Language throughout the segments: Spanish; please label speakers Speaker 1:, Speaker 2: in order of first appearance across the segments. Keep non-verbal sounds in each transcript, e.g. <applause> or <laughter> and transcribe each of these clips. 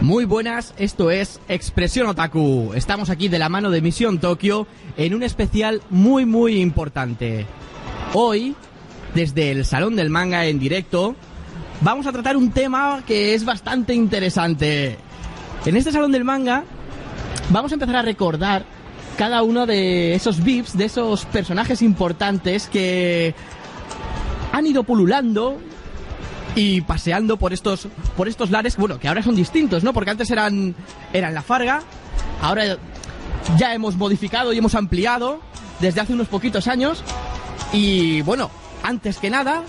Speaker 1: Muy buenas, esto es Expresión Otaku. Estamos aquí de la mano de Misión Tokio en un especial muy muy importante. Hoy, desde el Salón del Manga en directo, vamos a tratar un tema que es bastante interesante. En este Salón del Manga vamos a empezar a recordar cada uno de esos VIPs, de esos personajes importantes que han ido pululando y paseando por estos por estos lares, bueno, que ahora son distintos, ¿no? Porque antes eran eran la Farga, ahora ya hemos modificado y hemos ampliado desde hace unos poquitos años y bueno, antes que nada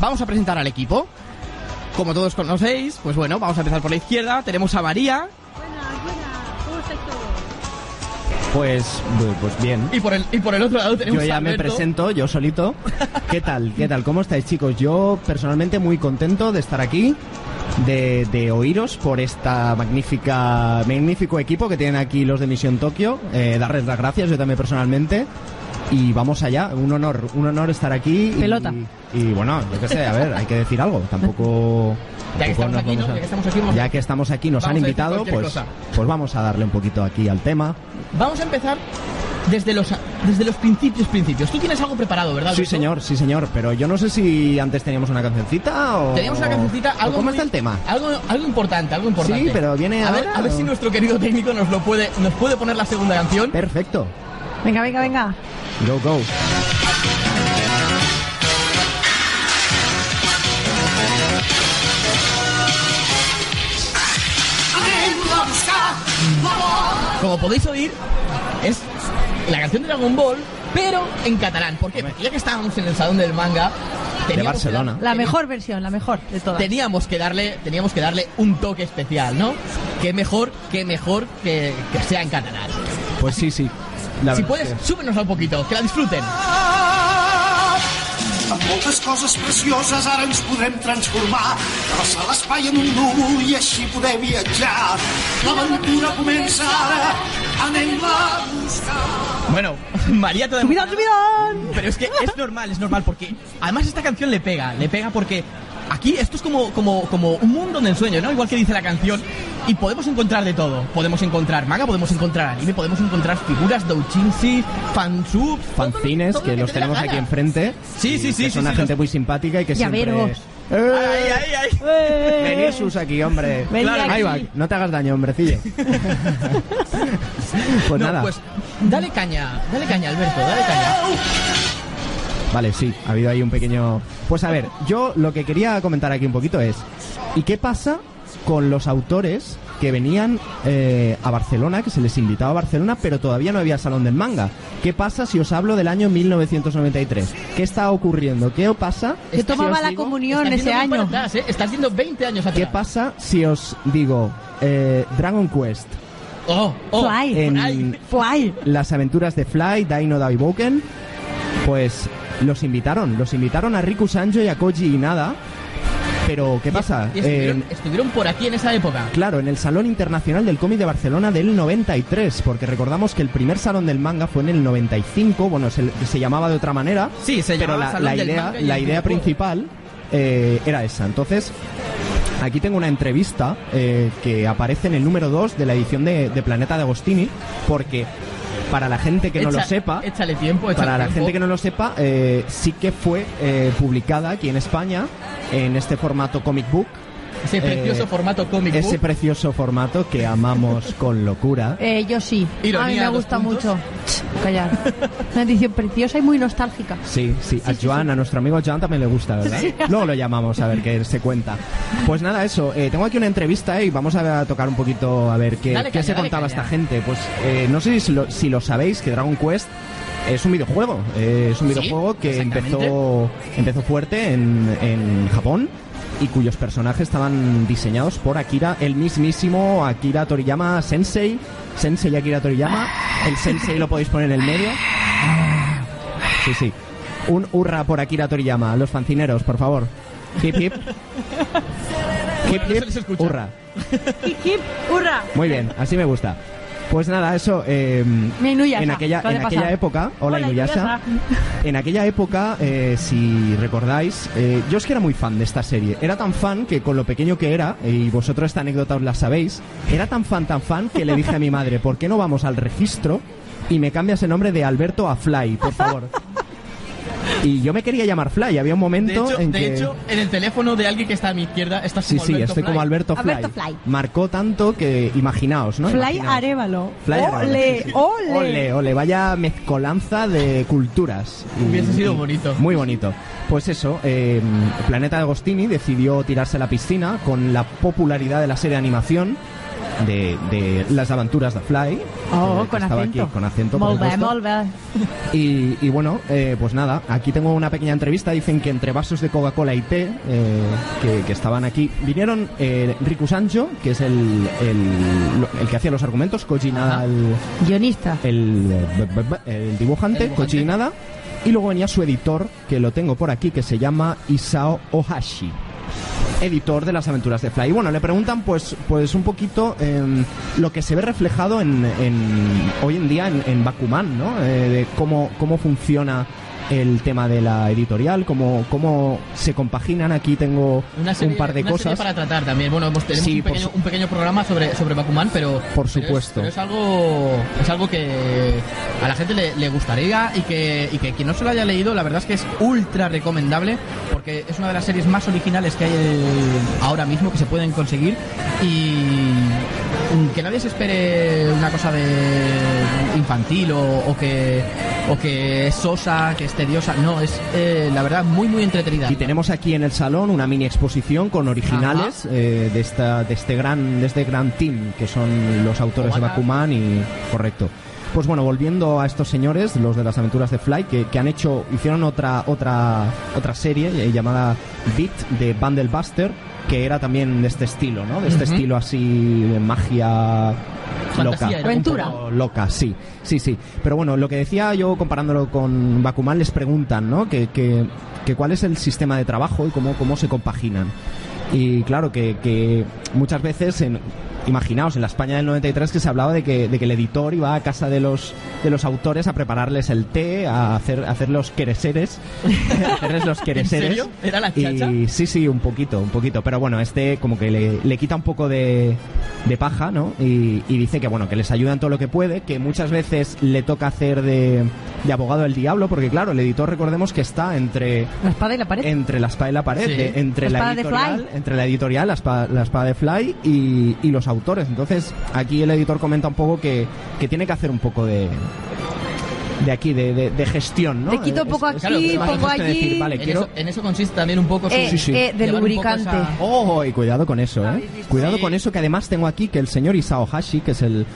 Speaker 1: vamos a presentar al equipo. Como todos conocéis, pues bueno, vamos a empezar por la izquierda, tenemos a María
Speaker 2: Buenas, buenas, ¿cómo estáis todos?
Speaker 3: Pues, bu- pues bien.
Speaker 1: y por el y por el otro lado tenemos
Speaker 3: Yo
Speaker 1: a
Speaker 3: ya me
Speaker 1: Alberto.
Speaker 3: presento, yo solito. ¿Qué tal? ¿Qué tal? ¿Cómo estáis, chicos? Yo personalmente muy contento de estar aquí, de, de oíros por esta magnífica, magnífico equipo que tienen aquí los de Misión Tokio. Eh, darles las gracias, yo también personalmente. Y vamos allá, un honor, un honor estar aquí. y-
Speaker 4: Pelota.
Speaker 3: Y, bueno, yo qué sé, a ver, hay que decir algo. Tampoco.
Speaker 1: <laughs> Ya que
Speaker 3: tampoco
Speaker 1: estamos
Speaker 3: nos
Speaker 1: aquí,
Speaker 3: vamos
Speaker 1: ¿no?
Speaker 3: a-
Speaker 1: Ya que estamos aquí, vamos a-
Speaker 3: Ya que estamos aquí, nos
Speaker 1: Vamos
Speaker 3: han
Speaker 1: a decir
Speaker 3: invitado,
Speaker 1: cualquier
Speaker 3: pues,
Speaker 1: cosa.
Speaker 3: pues vamos a darle un poquito aquí al tema.
Speaker 1: Vamos a empezar desde los desde los principios principios. Tú tienes algo preparado, ¿verdad?
Speaker 3: Sí,
Speaker 1: Alberto?
Speaker 3: señor, sí, señor. Pero yo no sé si antes teníamos una cancioncita o.
Speaker 1: Teníamos una cancioncita,
Speaker 3: o
Speaker 1: algo
Speaker 3: ¿Cómo
Speaker 1: muy-
Speaker 3: está el tema?
Speaker 1: Algo, algo importante, algo importante.
Speaker 3: Sí, pero viene
Speaker 1: a ver,
Speaker 3: ahora,
Speaker 1: a ver
Speaker 3: ¿o?
Speaker 1: si nuestro querido técnico nos lo puede nos puede poner la segunda canción.
Speaker 3: Perfecto.
Speaker 4: Venga, venga, venga.
Speaker 3: Go, go.
Speaker 1: Como podéis oír, es la canción de Dragon Ball, pero en catalán. ¿Por qué? Porque ya que estábamos en el salón del manga teníamos que
Speaker 3: Barcelona.
Speaker 1: dar-
Speaker 4: La mejor versión, la mejor de todas.
Speaker 1: Teníamos que darle, teníamos que darle un toque especial, ¿no? Qué mejor, qué mejor que, que sea en catalán.
Speaker 3: Pues sí, sí. La
Speaker 1: si
Speaker 3: verdad
Speaker 1: puedes,
Speaker 3: es que-
Speaker 1: súbenos un poquito, que la disfruten.
Speaker 5: Amb moltes coses precioses ara ens podem transformar, travessar l'espai en un núvol i així poder viatjar. L'aventura comença ara, anem-la a buscar.
Speaker 3: <laughs>
Speaker 1: Bueno, María te
Speaker 4: ¡Subidón, subidón!
Speaker 1: Pero es que es normal, es normal, porque además esta canción le pega, le pega porque aquí esto es como, como, como un mundo de ensueño, ¿no? Igual que dice la canción. Y podemos encontrar de todo. Podemos encontrar manga, podemos encontrar anime, podemos encontrar figuras, doujinshi, fansubs... todo lo-
Speaker 3: Fanzines
Speaker 1: todo lo
Speaker 3: que,
Speaker 1: te
Speaker 3: los
Speaker 1: dé la
Speaker 3: tenemos
Speaker 1: gana.
Speaker 3: aquí enfrente.
Speaker 1: Sí,
Speaker 3: y
Speaker 1: sí, sí, sí,
Speaker 3: que Son una
Speaker 1: sí,
Speaker 3: gente
Speaker 1: los-
Speaker 3: muy simpática y que siempre.
Speaker 4: Llaveros.
Speaker 1: Ay,
Speaker 3: ¡Eh!
Speaker 1: ay, ay.
Speaker 3: Venid sus aquí, hombre.
Speaker 4: Venid Claro.
Speaker 3: Ahí va,
Speaker 4: aquí.
Speaker 3: no te hagas
Speaker 1: <laughs>
Speaker 3: daño, hombrecillo. pues
Speaker 1: No,
Speaker 3: nada.
Speaker 1: pues dale caña, dale caña, Alberto, dale caña.
Speaker 3: Vale, sí, ha habido ahí un pequeño... Pues a ver, yo lo que quería comentar aquí un poquito es, ¿y qué pasa con los autores que venían eh, a Barcelona, que se les invitaba a Barcelona, pero todavía no había Salón del Manga? ¿Qué pasa si os hablo del año 1993? ¿Qué está ocurriendo? ¿Qué os pasa?
Speaker 4: Yo
Speaker 1: Está-
Speaker 4: tomaba
Speaker 3: si os
Speaker 4: la
Speaker 3: digo-
Speaker 4: comunión
Speaker 1: Estás
Speaker 4: ese
Speaker 1: yendo muy para
Speaker 4: año.
Speaker 1: atrás, ¿eh? Estás yendo 20 años atrás.
Speaker 3: ¿Qué pasa si os digo eh, Dragon Quest?
Speaker 1: Oh, oh.
Speaker 4: Fly.
Speaker 3: En-
Speaker 1: Ay.
Speaker 4: Fly.
Speaker 3: las aventuras de Fly, Dino Daiboken, pues los invitaron, los invitaron a Riku Sanjo y a Koji Inada. Pero, ¿qué pasa? Eh,
Speaker 1: Y estuvieron,
Speaker 3: En-
Speaker 1: estuvieron por aquí en esa época.
Speaker 3: claro, en el Salón Internacional del Cómic de Barcelona del 93, porque recordamos que el primer salón del manga fue en el 95, bueno, se, se llamaba de otra manera,
Speaker 1: Sí, se
Speaker 3: pero
Speaker 1: llamaba
Speaker 3: la,
Speaker 1: Salón
Speaker 3: la
Speaker 1: del
Speaker 3: idea,
Speaker 1: Manga y
Speaker 3: la
Speaker 1: del
Speaker 3: idea
Speaker 1: Videojuego.
Speaker 3: principal eh, era esa. Entonces, aquí tengo una entrevista eh, que aparece en el número 2 de la edición de, de Planeta de Agostini, porque para la gente que no lo
Speaker 1: Echa-
Speaker 3: sepa,
Speaker 1: Échale tiempo, échale
Speaker 3: para la
Speaker 1: tiempo.
Speaker 3: gente que no lo sepa, eh, sí que fue eh, publicada aquí en España en este formato comic book,
Speaker 1: Ese precioso
Speaker 3: eh,
Speaker 1: formato comic book.
Speaker 3: ese precioso formato que amamos con locura.
Speaker 4: Eh, yo sí. a mí
Speaker 1: Ironía,
Speaker 4: me
Speaker 1: dos
Speaker 4: gusta
Speaker 1: puntos.
Speaker 4: mucho. <laughs> Callar. Una edición preciosa y muy nostálgica.
Speaker 3: Sí, sí, a Joan, a nuestro amigo Joan también le gusta, ¿verdad? Luego lo llamamos a ver qué se cuenta. Pues nada, eso, eh, tengo aquí una entrevista eh, y vamos a tocar un poquito a ver qué,
Speaker 1: Dale
Speaker 3: qué
Speaker 1: caña,
Speaker 3: se
Speaker 1: dale
Speaker 3: contaba
Speaker 1: caña.
Speaker 3: esta gente. Pues eh, no sé si lo, si lo sabéis, que Dragon Quest es un videojuego, eh, es un
Speaker 1: Sí,
Speaker 3: videojuego que
Speaker 1: exactamente.
Speaker 3: empezó, empezó fuerte en, en Japón y cuyos personajes estaban diseñados por Akira, el mismísimo Akira Toriyama Sensei, Sensei Akira Toriyama, el Sensei lo podéis poner en el medio. Sí, sí. Un hurra por Akira Toriyama, los fancineros, por favor. Hip hip. Hip
Speaker 1: <laughs> Bueno, no se les
Speaker 3: hip,
Speaker 1: escucha.
Speaker 3: hurra.
Speaker 4: Hip, hip, hurra.
Speaker 3: Muy bien, así me gusta. Pues nada, eso. eh,
Speaker 4: Mi Inuyasha,
Speaker 3: en aquella,
Speaker 4: lo ha de
Speaker 3: en aquella
Speaker 4: pasar.
Speaker 3: época. Hola,
Speaker 4: <laughs>
Speaker 3: Inuyasha. En aquella época, eh, si recordáis, eh, yo es que era muy fan de esta serie. Era tan fan que con lo pequeño que era, eh, y vosotros esta anécdota os la sabéis, era tan fan, tan fan que le dije a mi madre, ¿por qué no vamos al registro y me cambias el nombre de Alberto a Fly, por favor? Y yo me quería llamar Fly, había un
Speaker 1: De
Speaker 3: momento
Speaker 1: hecho,
Speaker 3: en
Speaker 1: de
Speaker 3: que...
Speaker 1: hecho, en el teléfono de alguien que está a mi izquierda está
Speaker 3: sí, sí, estoy como Alberto Fly.
Speaker 4: Alberto Fly.
Speaker 3: Marcó tanto que imaginaos, ¿no?
Speaker 4: Fly
Speaker 3: Imaginaos.
Speaker 4: Arevalo.
Speaker 3: Fly Arevalo,
Speaker 4: ole,
Speaker 3: sí, sí.
Speaker 4: ole.
Speaker 3: Ole, ole, vaya mezcolanza de culturas. Y-
Speaker 1: Hubiese sido
Speaker 3: y-
Speaker 1: bonito.
Speaker 3: Muy bonito. Pues eso, eh, Planeta Agostini decidió tirarse a la piscina con la popularidad de la serie de animación de, de Las aventuras de Fly. eh,
Speaker 4: Oh,
Speaker 3: que
Speaker 4: con
Speaker 3: estaba
Speaker 4: acento.
Speaker 3: aquí con acento. por
Speaker 4: Molt bé,
Speaker 3: supuesto.
Speaker 4: molt bé.
Speaker 3: Y, y bueno, eh, pues nada, aquí tengo una pequeña entrevista. Dicen que entre vasos de Coca-Cola y té, eh, que, que estaban aquí, vinieron eh, Riku Sancho, que es el, el, lo- el que hacía los argumentos, Kojinada, el,
Speaker 4: Guionista.
Speaker 3: el, b- b- b- el dibujante,
Speaker 1: El dibujante.
Speaker 3: Kojinada. Y luego venía su editor, que lo tengo por aquí, que se llama Isao Ohashi editor de las aventuras de Fly. Y bueno, le preguntan pues, pues un poquito em, lo que se ve reflejado en, en- hoy en día en, en Bakuman, ¿no? Eh, de cómo, cómo funciona el tema de la editorial, cómo, cómo se compaginan. Aquí tengo
Speaker 1: Una serie,
Speaker 3: un par de
Speaker 1: una serie
Speaker 3: cosas.
Speaker 1: para tratar también. Bueno, hemos, tenemos
Speaker 3: Sí,
Speaker 1: un,
Speaker 3: por
Speaker 1: pequeño,
Speaker 3: su-
Speaker 1: un pequeño programa sobre, sobre Bakuman, pero. pero
Speaker 3: Por
Speaker 1: es-
Speaker 3: supuesto.
Speaker 1: pero es, algo, es algo que a la gente le, le gustaría y que, y que quien no se lo haya leído, la verdad es que es ultra recomendable porque es una de las series más originales que hay eh, ahora mismo que se pueden conseguir y. mm, Que nadie se espere una cosa de infantil o, o que o que es sosa, que es tediosa. No, es eh, la verdad muy muy entretenida.
Speaker 3: Y tenemos aquí en el salón una mini exposición con originales eh, de esta de este gran de este gran team que son los autores de
Speaker 1: Obata.
Speaker 3: Bakuman y correcto. Pues bueno, volviendo a estos señores, los de las aventuras de Fly, que, que han hecho, hicieron otra otra otra serie eh, llamada Beat de Bundle Buster, que era también de este estilo, ¿no? De este
Speaker 1: Ujú.
Speaker 3: estilo así de magia
Speaker 1: Fantasía,
Speaker 3: loca.
Speaker 1: era un
Speaker 4: Aventura.
Speaker 1: poco-
Speaker 3: Loca, sí, sí, sí. Pero bueno, lo que decía yo comparándolo con Bakuman, les preguntan, ¿no? Que, que- que cuál es el sistema de trabajo y cómo, cómo se compaginan. Y claro, que, que muchas veces, en, imaginaos, en la España del 93 que se hablaba de que, de que el editor iba a casa de los, de los autores a prepararles el té, a hacer, a hacer los quereseres. a <laughs> hacerles los quereseres.
Speaker 1: serio? ¿Era la
Speaker 3: Y-
Speaker 1: chacha?
Speaker 3: sí, sí, un poquito, un poquito. Pero bueno, este como que le, le quita un poco de, de paja, ¿no? Y, y dice que bueno, que les ayuda en todo lo que puede, que muchas veces le toca hacer de, de abogado del diablo, porque claro, el editor recordemos que está entre
Speaker 4: La espada y la pared.
Speaker 3: entre la espada y la pared,
Speaker 1: Sí.
Speaker 3: eh, entre
Speaker 4: La
Speaker 3: la,
Speaker 4: espada de
Speaker 3: editorial, entre la editorial, la espada, la espada de Fly y, y los autores. Entonces, aquí el editor comenta un poco que, que tiene que hacer un poco de de aquí, de, de- de gestión, ¿no?
Speaker 4: Te quito un
Speaker 3: Es-
Speaker 4: poco
Speaker 3: es-
Speaker 4: aquí,
Speaker 3: es
Speaker 4: pongo
Speaker 3: esto de decir,
Speaker 4: allí.
Speaker 3: vale,
Speaker 1: en,
Speaker 3: quiero-
Speaker 1: eso, en eso consiste también un poco su-
Speaker 4: Eh,
Speaker 3: Sí, sí.
Speaker 4: eh,
Speaker 1: llevar
Speaker 4: de
Speaker 1: un poco
Speaker 4: lubricante.
Speaker 1: <laughs> esa-
Speaker 3: Oh, y cuidado con eso, ¿eh? Cuidado
Speaker 1: Sí.
Speaker 3: con eso, que además tengo aquí que el señor Isao Hashi, que es el...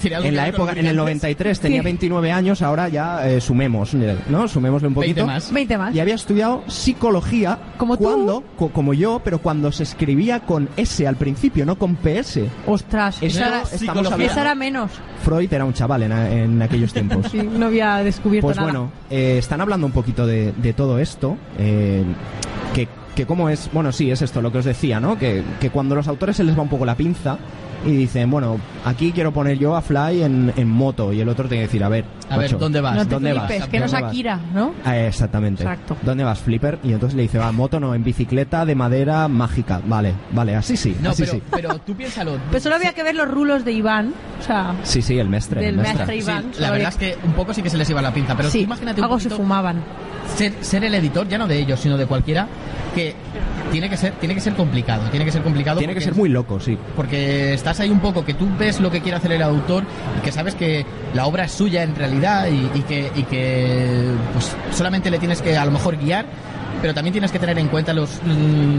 Speaker 1: Tiene algo
Speaker 3: En
Speaker 1: que
Speaker 3: la
Speaker 1: ver con
Speaker 3: época, en el
Speaker 1: lubricantes.
Speaker 3: 93 tenía
Speaker 4: Sí.
Speaker 3: 29 años, ahora ya eh, sumemos, ¿no? Sumémosle un
Speaker 1: 20
Speaker 3: poquito.
Speaker 1: más.
Speaker 4: 20 más.
Speaker 3: Y había estudiado psicología
Speaker 4: Ah, Como tú.
Speaker 3: cuando, co- como yo, pero cuando se escribía con S al principio, no con PS.
Speaker 4: Ostras,
Speaker 3: Eso
Speaker 4: esa era,
Speaker 3: estamos
Speaker 1: psicología.
Speaker 3: hablando-
Speaker 4: esa era menos.
Speaker 3: Freud era un chaval en, a- en aquellos tiempos.
Speaker 4: <laughs> Sí, no había descubierto
Speaker 3: Pues
Speaker 4: nada.
Speaker 3: bueno, eh, están hablando un poquito de, de todo esto. eh, que, que cómo es. Bueno, sí, es esto lo que os decía, ¿no? Que, que cuando los autores se les va un poco la pinza y dicen, bueno, aquí quiero poner yo a Fly en, en moto. Y el otro tiene que decir, a ver,
Speaker 1: A ver,
Speaker 3: macho,
Speaker 1: ¿dónde vas?
Speaker 4: no te
Speaker 3: ¿dónde
Speaker 4: flipes,
Speaker 3: vas?
Speaker 4: que no es
Speaker 3: ¿Dónde vas?
Speaker 4: Akira, ¿no?
Speaker 3: Ah, exactamente.
Speaker 4: Exacto.
Speaker 3: ¿Dónde vas, Flipper? Y entonces le dice, va, moto no, en bicicleta de madera mágica. Vale, vale, así Ah, sí,
Speaker 1: No,
Speaker 3: así
Speaker 1: pero,
Speaker 3: sí.
Speaker 1: pero tú
Speaker 4: <laughs>
Speaker 1: piénsalo.
Speaker 4: Pero Pues solo había que ver los rulos de Iván. O sea,
Speaker 3: Sí, sí, el mestre.
Speaker 4: del
Speaker 3: el mestre.
Speaker 4: mestre
Speaker 1: Sí,
Speaker 4: Iván.
Speaker 1: la
Speaker 4: solo había-
Speaker 1: verdad es que un poco sí que se les iba la pinza, pero tú
Speaker 4: sí,
Speaker 1: imagínate un
Speaker 4: algo se
Speaker 1: poquito
Speaker 4: fumaban.
Speaker 1: ser, ser el editor, ya no de ellos, sino de cualquiera, que tiene que ser, tiene que ser complicado, tiene que ser complicado.
Speaker 3: Tiene que
Speaker 1: porque-
Speaker 3: ser muy loco, sí.
Speaker 1: Porque estás ahí un poco, que tú ves lo que quiere hacer el autor y que sabes que la obra es suya en realidad y, y que, y que pues, solamente le tienes que a lo mejor guiar, pero también tienes que tener en cuenta los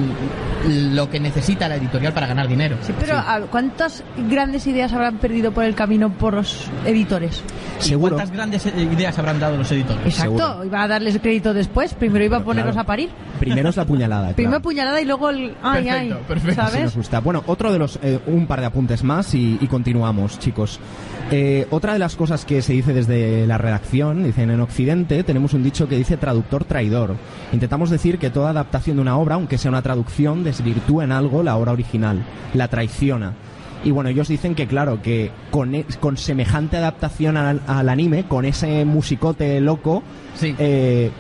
Speaker 1: mm, lo que necesita la editorial para ganar dinero.
Speaker 4: Sí, pero
Speaker 1: Sí.
Speaker 4: a ver, ¿cuántas grandes ideas habrán perdido por el camino por los editores?
Speaker 1: ¿Y
Speaker 3: Seguro.
Speaker 1: ¿Cuántas grandes eh, ideas habrán dado los editores?
Speaker 4: Exacto,
Speaker 3: Seguro.
Speaker 4: iba a darles crédito después, primero iba a
Speaker 3: Pero
Speaker 4: ponerlos
Speaker 3: claro.
Speaker 4: a parir.
Speaker 3: Primero es la puñalada.
Speaker 4: <laughs> Primero
Speaker 3: claro.
Speaker 4: puñalada y luego el... Ay,
Speaker 1: Perfecto,
Speaker 4: ay,
Speaker 1: perfecto.
Speaker 3: Así
Speaker 4: ¿sabes?
Speaker 3: nos gusta. Bueno, otro de los. eh, un par de apuntes más y, y continuamos, chicos. Eh, otra de las cosas que se dice desde la redacción, dicen en Occidente tenemos un dicho que dice traductor traidor. Intentamos decir que toda adaptación de una obra, aunque sea una traducción, desvirtúa en algo la obra original, la traiciona. Y bueno, ellos dicen que claro, que con, e- con semejante adaptación al, al anime, con ese musicote loco,
Speaker 1: Sí.
Speaker 3: eh,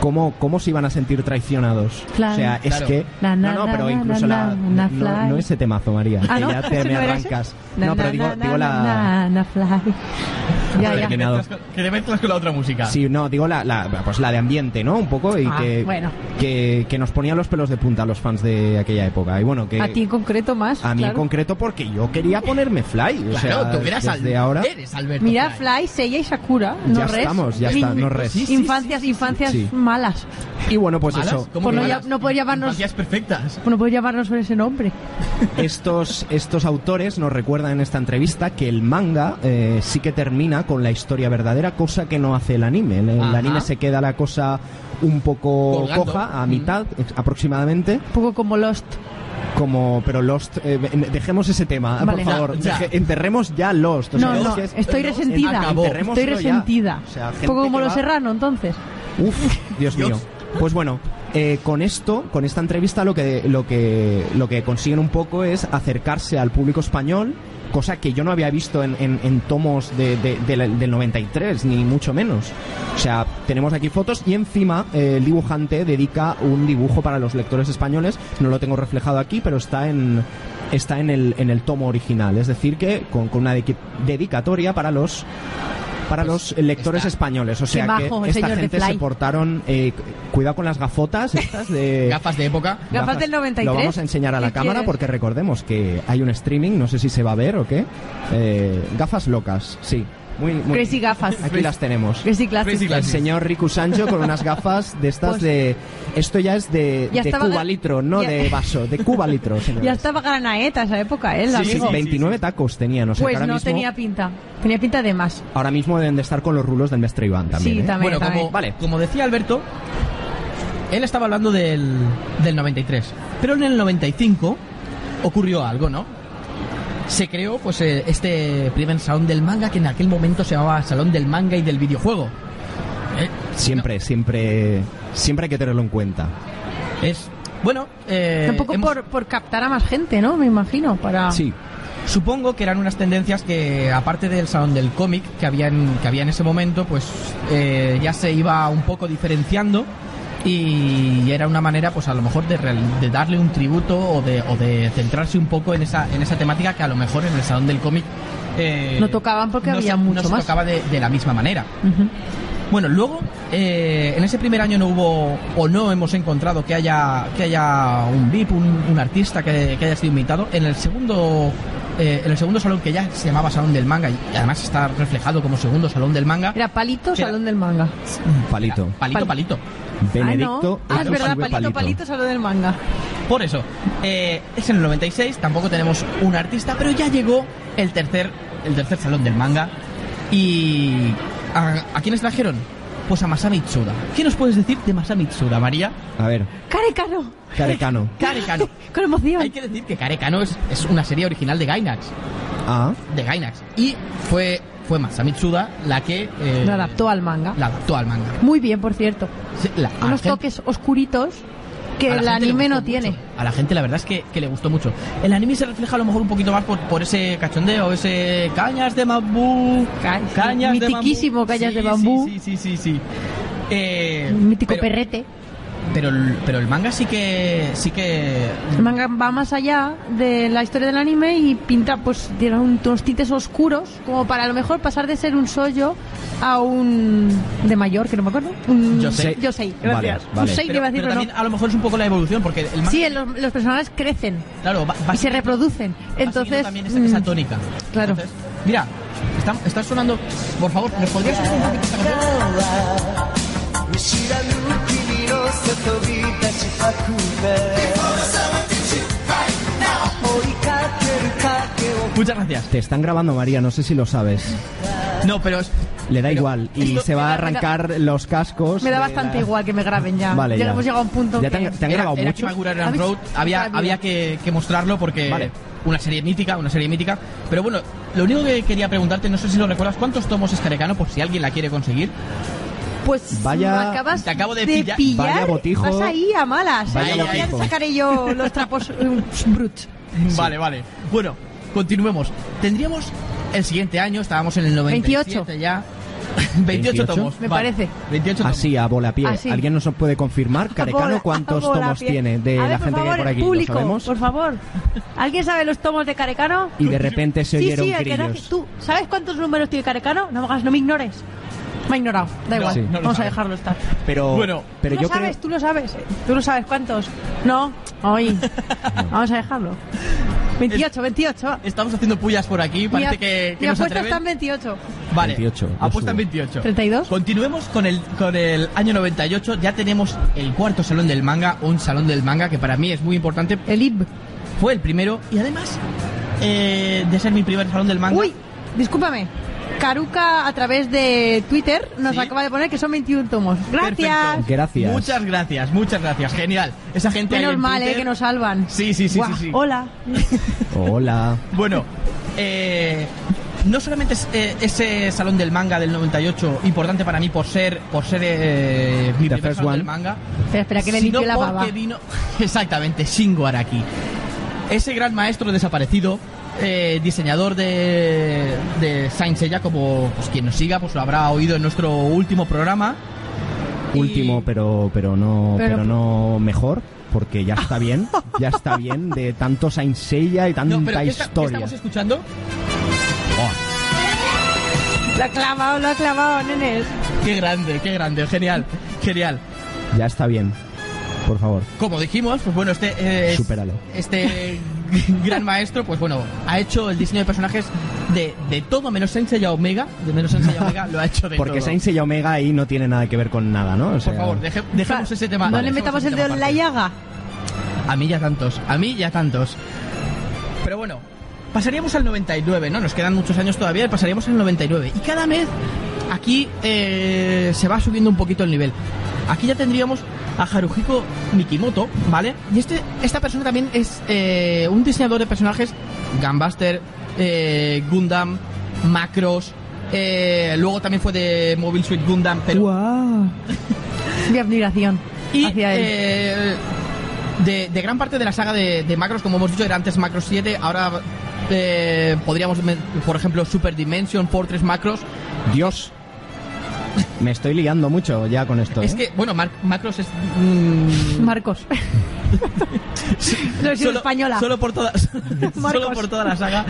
Speaker 3: ¿cómo, ¿cómo se iban a sentir traicionados?
Speaker 4: Claro.
Speaker 3: O sea, es
Speaker 1: Claro.
Speaker 3: que...
Speaker 4: Na, na,
Speaker 3: no, no,
Speaker 4: na,
Speaker 3: pero
Speaker 4: na,
Speaker 3: incluso
Speaker 4: na,
Speaker 3: la...
Speaker 4: na,
Speaker 3: no-
Speaker 4: na,
Speaker 3: no,
Speaker 4: fly.
Speaker 3: ese temazo, María.
Speaker 4: Ah, <laughs>
Speaker 3: que
Speaker 4: ¿no?
Speaker 3: ya te
Speaker 4: ¿Ese
Speaker 3: me
Speaker 4: no era ese?
Speaker 3: arrancas.
Speaker 4: Na,
Speaker 3: no, pero
Speaker 4: na,
Speaker 3: digo,
Speaker 4: na, na,
Speaker 3: digo la...
Speaker 4: na, na, fly. Ya, ya.
Speaker 3: Joder,
Speaker 1: Que
Speaker 3: Terminado.
Speaker 1: mezclas con- Que te mezclas con la otra música.
Speaker 3: Sí, no, digo la, la- pues la de ambiente, ¿no? Un poco y
Speaker 4: Ah,
Speaker 3: que,
Speaker 4: bueno.
Speaker 3: que, que nos ponía los pelos de punta a los fans de aquella época. Y bueno, que
Speaker 4: A ti en concreto más.
Speaker 3: a mí en
Speaker 4: claro.
Speaker 3: concreto porque yo quería ponerme fly. O
Speaker 1: Claro,
Speaker 3: sea,
Speaker 1: tú eras
Speaker 3: desde
Speaker 1: Al-
Speaker 3: ahora
Speaker 1: Eres Alberto.
Speaker 4: Mira, Fly, Seiya y Sakura. No
Speaker 3: ya
Speaker 4: res.
Speaker 3: estamos, ya está, no res.
Speaker 1: Sí, sí,
Speaker 4: Infancias, infancias
Speaker 3: sí.
Speaker 4: malas.
Speaker 3: Y bueno, pues
Speaker 1: ¿Malas?
Speaker 3: eso.
Speaker 1: ¿Cómo
Speaker 4: Pues
Speaker 1: que
Speaker 4: no
Speaker 1: malas?
Speaker 4: ya- no puedes llamarnos-
Speaker 1: Infancias perfectas.
Speaker 4: Bueno, puedes llamarnos por ese nombre.
Speaker 3: Estos, estos autores nos recuerdan en esta entrevista que el manga eh, sí que termina con la historia verdadera, cosa que no hace el anime. El, el
Speaker 1: Ajá.
Speaker 3: anime se queda la cosa un poco
Speaker 1: Colgando.
Speaker 3: coja, a
Speaker 1: Mm.
Speaker 3: mitad ex- aproximadamente.
Speaker 4: Un poco como Lost.
Speaker 3: Como, pero Lost, eh, dejemos ese tema,
Speaker 4: Vale.
Speaker 3: por favor.
Speaker 1: Ya, ya.
Speaker 3: Deje- enterremos ya Lost. o sea,
Speaker 4: No,
Speaker 3: es
Speaker 4: no,
Speaker 3: que es-
Speaker 4: estoy
Speaker 3: Lost
Speaker 4: resentida.
Speaker 3: acabó.
Speaker 4: Estoy
Speaker 3: Enterrémoslo ya.
Speaker 4: resentida.
Speaker 3: O sea,
Speaker 4: Un
Speaker 3: gente
Speaker 4: poco como
Speaker 3: que
Speaker 4: los
Speaker 3: va-
Speaker 4: Serrano, entonces.
Speaker 3: Uf, Dios mío.
Speaker 1: Dios.
Speaker 3: Pues bueno, eh, con esto, con esta entrevista, lo que, lo, que, lo que consiguen un poco es acercarse al público español, cosa que yo no había visto en, en- en tomos de- de- del- del 93, ni mucho menos. O sea, tenemos aquí fotos y encima eh, el dibujante dedica un dibujo para los lectores españoles. No lo tengo reflejado aquí, pero está en está en el, en el tomo original, es decir, que con, con una dedica- dedicatoria para los para los lectores
Speaker 1: Pues está.
Speaker 3: españoles, o sea
Speaker 4: Qué
Speaker 3: que
Speaker 4: majo, el
Speaker 3: esta
Speaker 4: señor de
Speaker 3: gente se
Speaker 4: Fly.
Speaker 3: portaron eh, cu- cuidado con las gafotas
Speaker 4: <laughs>
Speaker 3: estas de
Speaker 1: Gafas de época.
Speaker 4: Gafas del 93.
Speaker 3: Lo vamos a enseñar a la
Speaker 4: ¿Qué
Speaker 3: cámara
Speaker 4: quieres?
Speaker 3: porque recordemos que hay un streaming, no sé si se va a ver o qué. Eh, gafas locas, sí. Muy, muy-
Speaker 4: Crazy gafas.
Speaker 3: Aquí las tenemos.
Speaker 4: Crazy Classic.
Speaker 1: Crazy
Speaker 3: El
Speaker 1: Glasses.
Speaker 3: señor Riku Sancho con
Speaker 4: <laughs>
Speaker 3: unas gafas de estas
Speaker 4: Pues-
Speaker 3: de... Esto ya es de,
Speaker 4: Ya
Speaker 3: de
Speaker 4: estaba-
Speaker 3: Cuba Litro, no
Speaker 4: ya- <laughs>
Speaker 3: de vaso, de Cuba Litro, señores.
Speaker 4: Ya estaba granaeta esa época, ¿eh? el
Speaker 3: Sí, sí,
Speaker 4: amigo.
Speaker 3: 29 tacos tenía, no sé.
Speaker 4: Pues
Speaker 3: ahora
Speaker 4: no
Speaker 3: mismo,
Speaker 4: tenía pinta. Tenía pinta de más.
Speaker 3: Ahora mismo deben de estar con los rulos del Mestre Iván también.
Speaker 4: Sí,
Speaker 3: ¿eh?
Speaker 4: también.
Speaker 1: Bueno, como,
Speaker 4: también.
Speaker 3: Vale.
Speaker 1: como decía Alberto, él estaba hablando del, del 93. Pero en el 95 ocurrió algo, ¿no? Se creó pues eh, este primer salón del manga que en aquel momento se llamaba Salón del Manga y del Videojuego. Eh,
Speaker 3: Siempre, siempre, siempre hay que tenerlo en cuenta.
Speaker 1: Es. Bueno, eh,
Speaker 4: Tampoco
Speaker 1: hemos-
Speaker 4: por, por captar a más gente, ¿no? Me imagino. Para...
Speaker 3: Sí,
Speaker 1: Supongo que eran unas tendencias que, aparte del salón del cómic que había en, que había en ese momento, pues eh, ya se iba un poco diferenciando y era una manera, pues a lo mejor, de, real- de darle un tributo o de, o de centrarse un poco en esa, en esa temática que a lo mejor en el salón del cómic eh,
Speaker 4: No tocaban porque
Speaker 1: no
Speaker 4: había
Speaker 1: se-
Speaker 4: mucho
Speaker 1: no se
Speaker 4: más.
Speaker 1: tocaba de- de la misma manera.
Speaker 4: Ujú.
Speaker 1: Bueno, luego, eh, en ese primer año no hubo o no hemos encontrado que haya, que haya un VIP, un, un artista que, que haya sido invitado. En el segundo eh, en el segundo salón que ya se llamaba Salón del Manga y además está reflejado como segundo Salón del Manga.
Speaker 4: Era palito,
Speaker 1: Era-
Speaker 4: salón del manga.
Speaker 3: palito.
Speaker 1: palito,
Speaker 4: Pal-
Speaker 1: palito.
Speaker 3: Benedicto
Speaker 4: ah, no. Ah, es
Speaker 3: Ecos
Speaker 4: verdad,
Speaker 3: y
Speaker 4: palito, palito, salón del manga.
Speaker 1: Por eso, eh, es en el 96, tampoco tenemos un artista, pero ya llegó el tercer, el tercer salón del manga. ¿Y a, a quiénes trajeron? Pues a Masami Itsuda. ¿Qué nos puedes decir de Masami Itsuda,
Speaker 4: <laughs>
Speaker 1: María?
Speaker 3: A ver,
Speaker 4: ¡Carecano!
Speaker 3: Carecano.
Speaker 4: <laughs>
Speaker 1: Carecano.
Speaker 4: Con emoción.
Speaker 1: Hay que decir que Carecano es, es una serie original de Gainax.
Speaker 3: Ah,
Speaker 1: De Gainax. Y fue, fue Masami Tsuda la que. eh,
Speaker 4: Lo adaptó al manga.
Speaker 1: la adaptó al manga.
Speaker 4: Muy bien, por cierto.
Speaker 1: Sí, la- a la
Speaker 4: Unos
Speaker 1: gente-
Speaker 4: toques oscuritos que
Speaker 1: a la
Speaker 4: el
Speaker 1: gente le
Speaker 4: anime no
Speaker 1: gustó
Speaker 4: tiene.
Speaker 1: mucho. A la gente, la verdad es que, que le gustó mucho. El anime se refleja a lo mejor un poquito más por, por ese cachondeo, ese cañas de bambú.
Speaker 4: Ca- sí,
Speaker 1: Cañas de
Speaker 4: mitiquísimo
Speaker 1: bambú.
Speaker 4: cañas
Speaker 1: Sí,
Speaker 4: de bambú.
Speaker 1: Sí, sí, sí, sí. sí. Eh,
Speaker 4: Mítico
Speaker 1: pero,
Speaker 4: perrete.
Speaker 1: pero, el- pero el manga sí que. Sí que
Speaker 4: El manga va más allá de la historia del anime y pinta, pues, tiene un- unos tintes oscuros, como para a lo mejor pasar de ser un sollo a un de mayor, que no me acuerdo. Un
Speaker 1: Yosei.
Speaker 4: Yosei,
Speaker 3: Vale,
Speaker 4: gracias. Un
Speaker 3: vale.
Speaker 4: sei,
Speaker 1: pero-
Speaker 4: iba a decir,
Speaker 1: pero
Speaker 4: pero no.
Speaker 1: también a lo mejor es un poco la evolución, porque el manga.
Speaker 4: Sí, los, los personajes crecen
Speaker 1: Claro, va, va
Speaker 4: y se
Speaker 1: siguiendo-
Speaker 4: reproducen.
Speaker 1: va
Speaker 4: Entonces,
Speaker 1: siguiendo también esa, esa
Speaker 4: mm,
Speaker 1: tónica.
Speaker 4: claro.
Speaker 1: Entonces, mira, está, está sonando. Por favor, ¿nos podrías sonar un poquito esta canción?
Speaker 5: 見知らぬ君の外に立ちはくべ追いかける影を
Speaker 1: Muchas gracias.
Speaker 3: te están grabando, María, no sé si lo sabes.
Speaker 1: No, pero es-
Speaker 3: Le da
Speaker 1: Pero
Speaker 3: igual y
Speaker 4: esto
Speaker 3: se va a
Speaker 4: me da- me da-
Speaker 3: arrancar los cascos.
Speaker 4: me da
Speaker 3: de
Speaker 4: bastante
Speaker 3: la-
Speaker 4: igual que me graben ya.
Speaker 3: Vale,
Speaker 4: ya,
Speaker 3: ya.
Speaker 4: hemos llegado a un punto
Speaker 3: Ya
Speaker 4: que...
Speaker 3: te han- te han
Speaker 1: era-
Speaker 3: grabado
Speaker 1: era
Speaker 3: mucho.
Speaker 1: Kimagura Grand
Speaker 4: ¿Habéis-
Speaker 1: Road. Había,
Speaker 4: había.
Speaker 1: había que, que mostrarlo porque
Speaker 3: Vale.
Speaker 1: una serie mítica, una serie mítica. Pero bueno, lo único que quería preguntarte, no sé si lo recuerdas, ¿cuántos tomos es Carecano? Por si alguien la quiere conseguir.
Speaker 4: Pues
Speaker 3: Vaya-
Speaker 4: me acabas
Speaker 1: Te acabo de pilla-
Speaker 4: pillar.
Speaker 3: Vaya botijo.
Speaker 4: Vas ahí a malas.
Speaker 3: Vaya
Speaker 4: ¿eh? Ya
Speaker 1: botijo. <laughs>
Speaker 4: sacaré yo los trapos eh, brut.
Speaker 1: Vale, vale. Bueno, Continuemos. Tendríamos el siguiente año, estábamos en el 97
Speaker 4: 28.
Speaker 1: ya. <laughs> 28,
Speaker 3: 28?
Speaker 1: tomos.
Speaker 4: Me
Speaker 1: vale.
Speaker 4: parece.
Speaker 1: 28 tomos.
Speaker 3: Así, a bola pie.
Speaker 4: Así.
Speaker 3: ¿Alguien nos
Speaker 4: <laughs>
Speaker 3: puede confirmar, Carecano,
Speaker 4: Ah, Bola-
Speaker 3: cuántos
Speaker 4: bola
Speaker 3: tomos
Speaker 4: pie.
Speaker 3: tiene de
Speaker 4: A ver,
Speaker 3: la
Speaker 4: por
Speaker 3: gente que
Speaker 4: favor,
Speaker 3: hay por
Speaker 4: el
Speaker 3: aquí? ¿Lo
Speaker 4: Público,
Speaker 3: sabemos?
Speaker 4: por favor. ¿Alguien sabe los tomos de Carecano?
Speaker 3: Y de repente se
Speaker 4: sí,
Speaker 3: oyeron
Speaker 4: sí, el que
Speaker 3: grillos.
Speaker 4: nace- ¿Tú sabes cuántos números tiene Carecano? No me hagas, no me ignores. Me ha ignorado,
Speaker 1: No,
Speaker 4: da igual.
Speaker 3: sí. no
Speaker 1: lo
Speaker 4: Vamos a
Speaker 1: sabe.
Speaker 4: dejarlo estar.
Speaker 3: Pero,
Speaker 1: Bueno,
Speaker 3: pero
Speaker 4: tú
Speaker 3: yo
Speaker 4: lo sabes,
Speaker 3: creo...
Speaker 4: tú lo sabes. eh. Tú lo sabes cuántos. No,
Speaker 1: <laughs>
Speaker 4: hoy. Vamos a dejarlo. 28, 28.
Speaker 1: Estamos haciendo pullas por aquí,
Speaker 4: Mi,
Speaker 1: parece
Speaker 4: ap-
Speaker 1: que, que
Speaker 4: mi
Speaker 1: nos
Speaker 4: apuesta
Speaker 1: atreven.
Speaker 4: está en 28.
Speaker 1: Vale,
Speaker 3: 28, yo
Speaker 1: apuesta en
Speaker 3: subo.
Speaker 1: 28.
Speaker 4: 32.
Speaker 1: Continuemos con el, con el año 98. Ya tenemos el cuarto salón del manga, un salón del manga que para mí es muy importante.
Speaker 4: El IB.
Speaker 1: Fue el primero y además eh, de ser mi primer salón del manga.
Speaker 4: Uy, discúlpame. Caruca a través de Twitter nos
Speaker 1: Sí.
Speaker 4: acaba de poner que son 21 tomos. Gracias.
Speaker 1: Perfecto.
Speaker 3: Gracias.
Speaker 1: Muchas gracias, muchas gracias. Genial. Esa gente ahí
Speaker 4: Menos
Speaker 1: en
Speaker 4: mal, eh,
Speaker 1: Twitter-
Speaker 4: que nos salvan.
Speaker 1: Sí, sí, sí,
Speaker 4: Buah,
Speaker 1: sí, sí.
Speaker 4: Hola.
Speaker 3: <laughs> Hola.
Speaker 1: Bueno, eh, no solamente es, eh, ese salón del manga del 98 importante para mí por ser por ser eh, mi
Speaker 3: The
Speaker 1: primer
Speaker 3: first
Speaker 1: salón
Speaker 3: one.
Speaker 1: del manga,
Speaker 4: Espera, espera, que le
Speaker 1: sino
Speaker 4: limpio la baba.
Speaker 1: porque vino <laughs> exactamente Shingo Araki, ese gran maestro desaparecido. eh, diseñador de, de Saint Seiya, como pues, quien nos siga, pues lo habrá oído en nuestro último programa. Y-
Speaker 3: Último, pero, pero, no,
Speaker 4: Pero-
Speaker 3: pero, no mejor, porque ya está bien. Ya está bien de tanto Saint Seiya y
Speaker 1: <laughs>
Speaker 3: tanta
Speaker 1: No, pero ¿qué está- qué
Speaker 3: historia.
Speaker 1: estamos escuchando?
Speaker 4: Lo ha clavado, lo ha clavado, nenes.
Speaker 1: Qué grande, qué grande, genial, genial.
Speaker 3: Ya está bien. Por favor.
Speaker 1: Como dijimos, pues bueno, este eh, es-
Speaker 3: Supéralo.
Speaker 1: este <laughs> gran maestro, pues bueno, ha hecho el diseño de personajes de, de todo menos Saint Seiya Omega, de menos Saint Seiya Omega lo ha hecho de
Speaker 3: Porque
Speaker 1: todo.
Speaker 3: Saint Seiya Omega ahí no tiene nada que ver con nada, ¿no? O
Speaker 1: Por
Speaker 3: sea,
Speaker 1: favor, deje- dejemos ese tema.
Speaker 4: No
Speaker 1: vale,
Speaker 4: le metamos el
Speaker 1: dejemos
Speaker 4: dedo
Speaker 1: ese
Speaker 4: en la
Speaker 1: tema
Speaker 4: llaga.
Speaker 1: aparte. A mí ya tantos, a mí ya tantos. Pero bueno, pasaríamos al 99, ¿no? Nos quedan muchos años todavía y pasaríamos al 99. Y cada mes aquí eh, se va subiendo un poquito el nivel. Aquí ya tendríamos a Haruhiko Mikimoto, ¿vale? Y este, esta persona también es eh, un diseñador de personajes, Gunbuster, eh, Gundam, Macros. eh, luego también fue de Mobile Suit Gundam, pero
Speaker 4: Mi admiración
Speaker 1: y
Speaker 4: hacia él.
Speaker 1: eh, de, de gran parte de la saga de, de macros, como hemos dicho, era antes Macros 7, ahora eh, podríamos, men- por ejemplo, Super Dimension, Fortress Macros.
Speaker 3: Dios. Me estoy liando mucho ya con esto.
Speaker 1: Es
Speaker 3: ¿eh?
Speaker 1: que, bueno, Mar- Macros es... mm, <laughs>
Speaker 4: Marcos. Lo he sido española.
Speaker 1: Solo por, toda, <laughs> solo
Speaker 4: Marcos.
Speaker 1: por toda la saga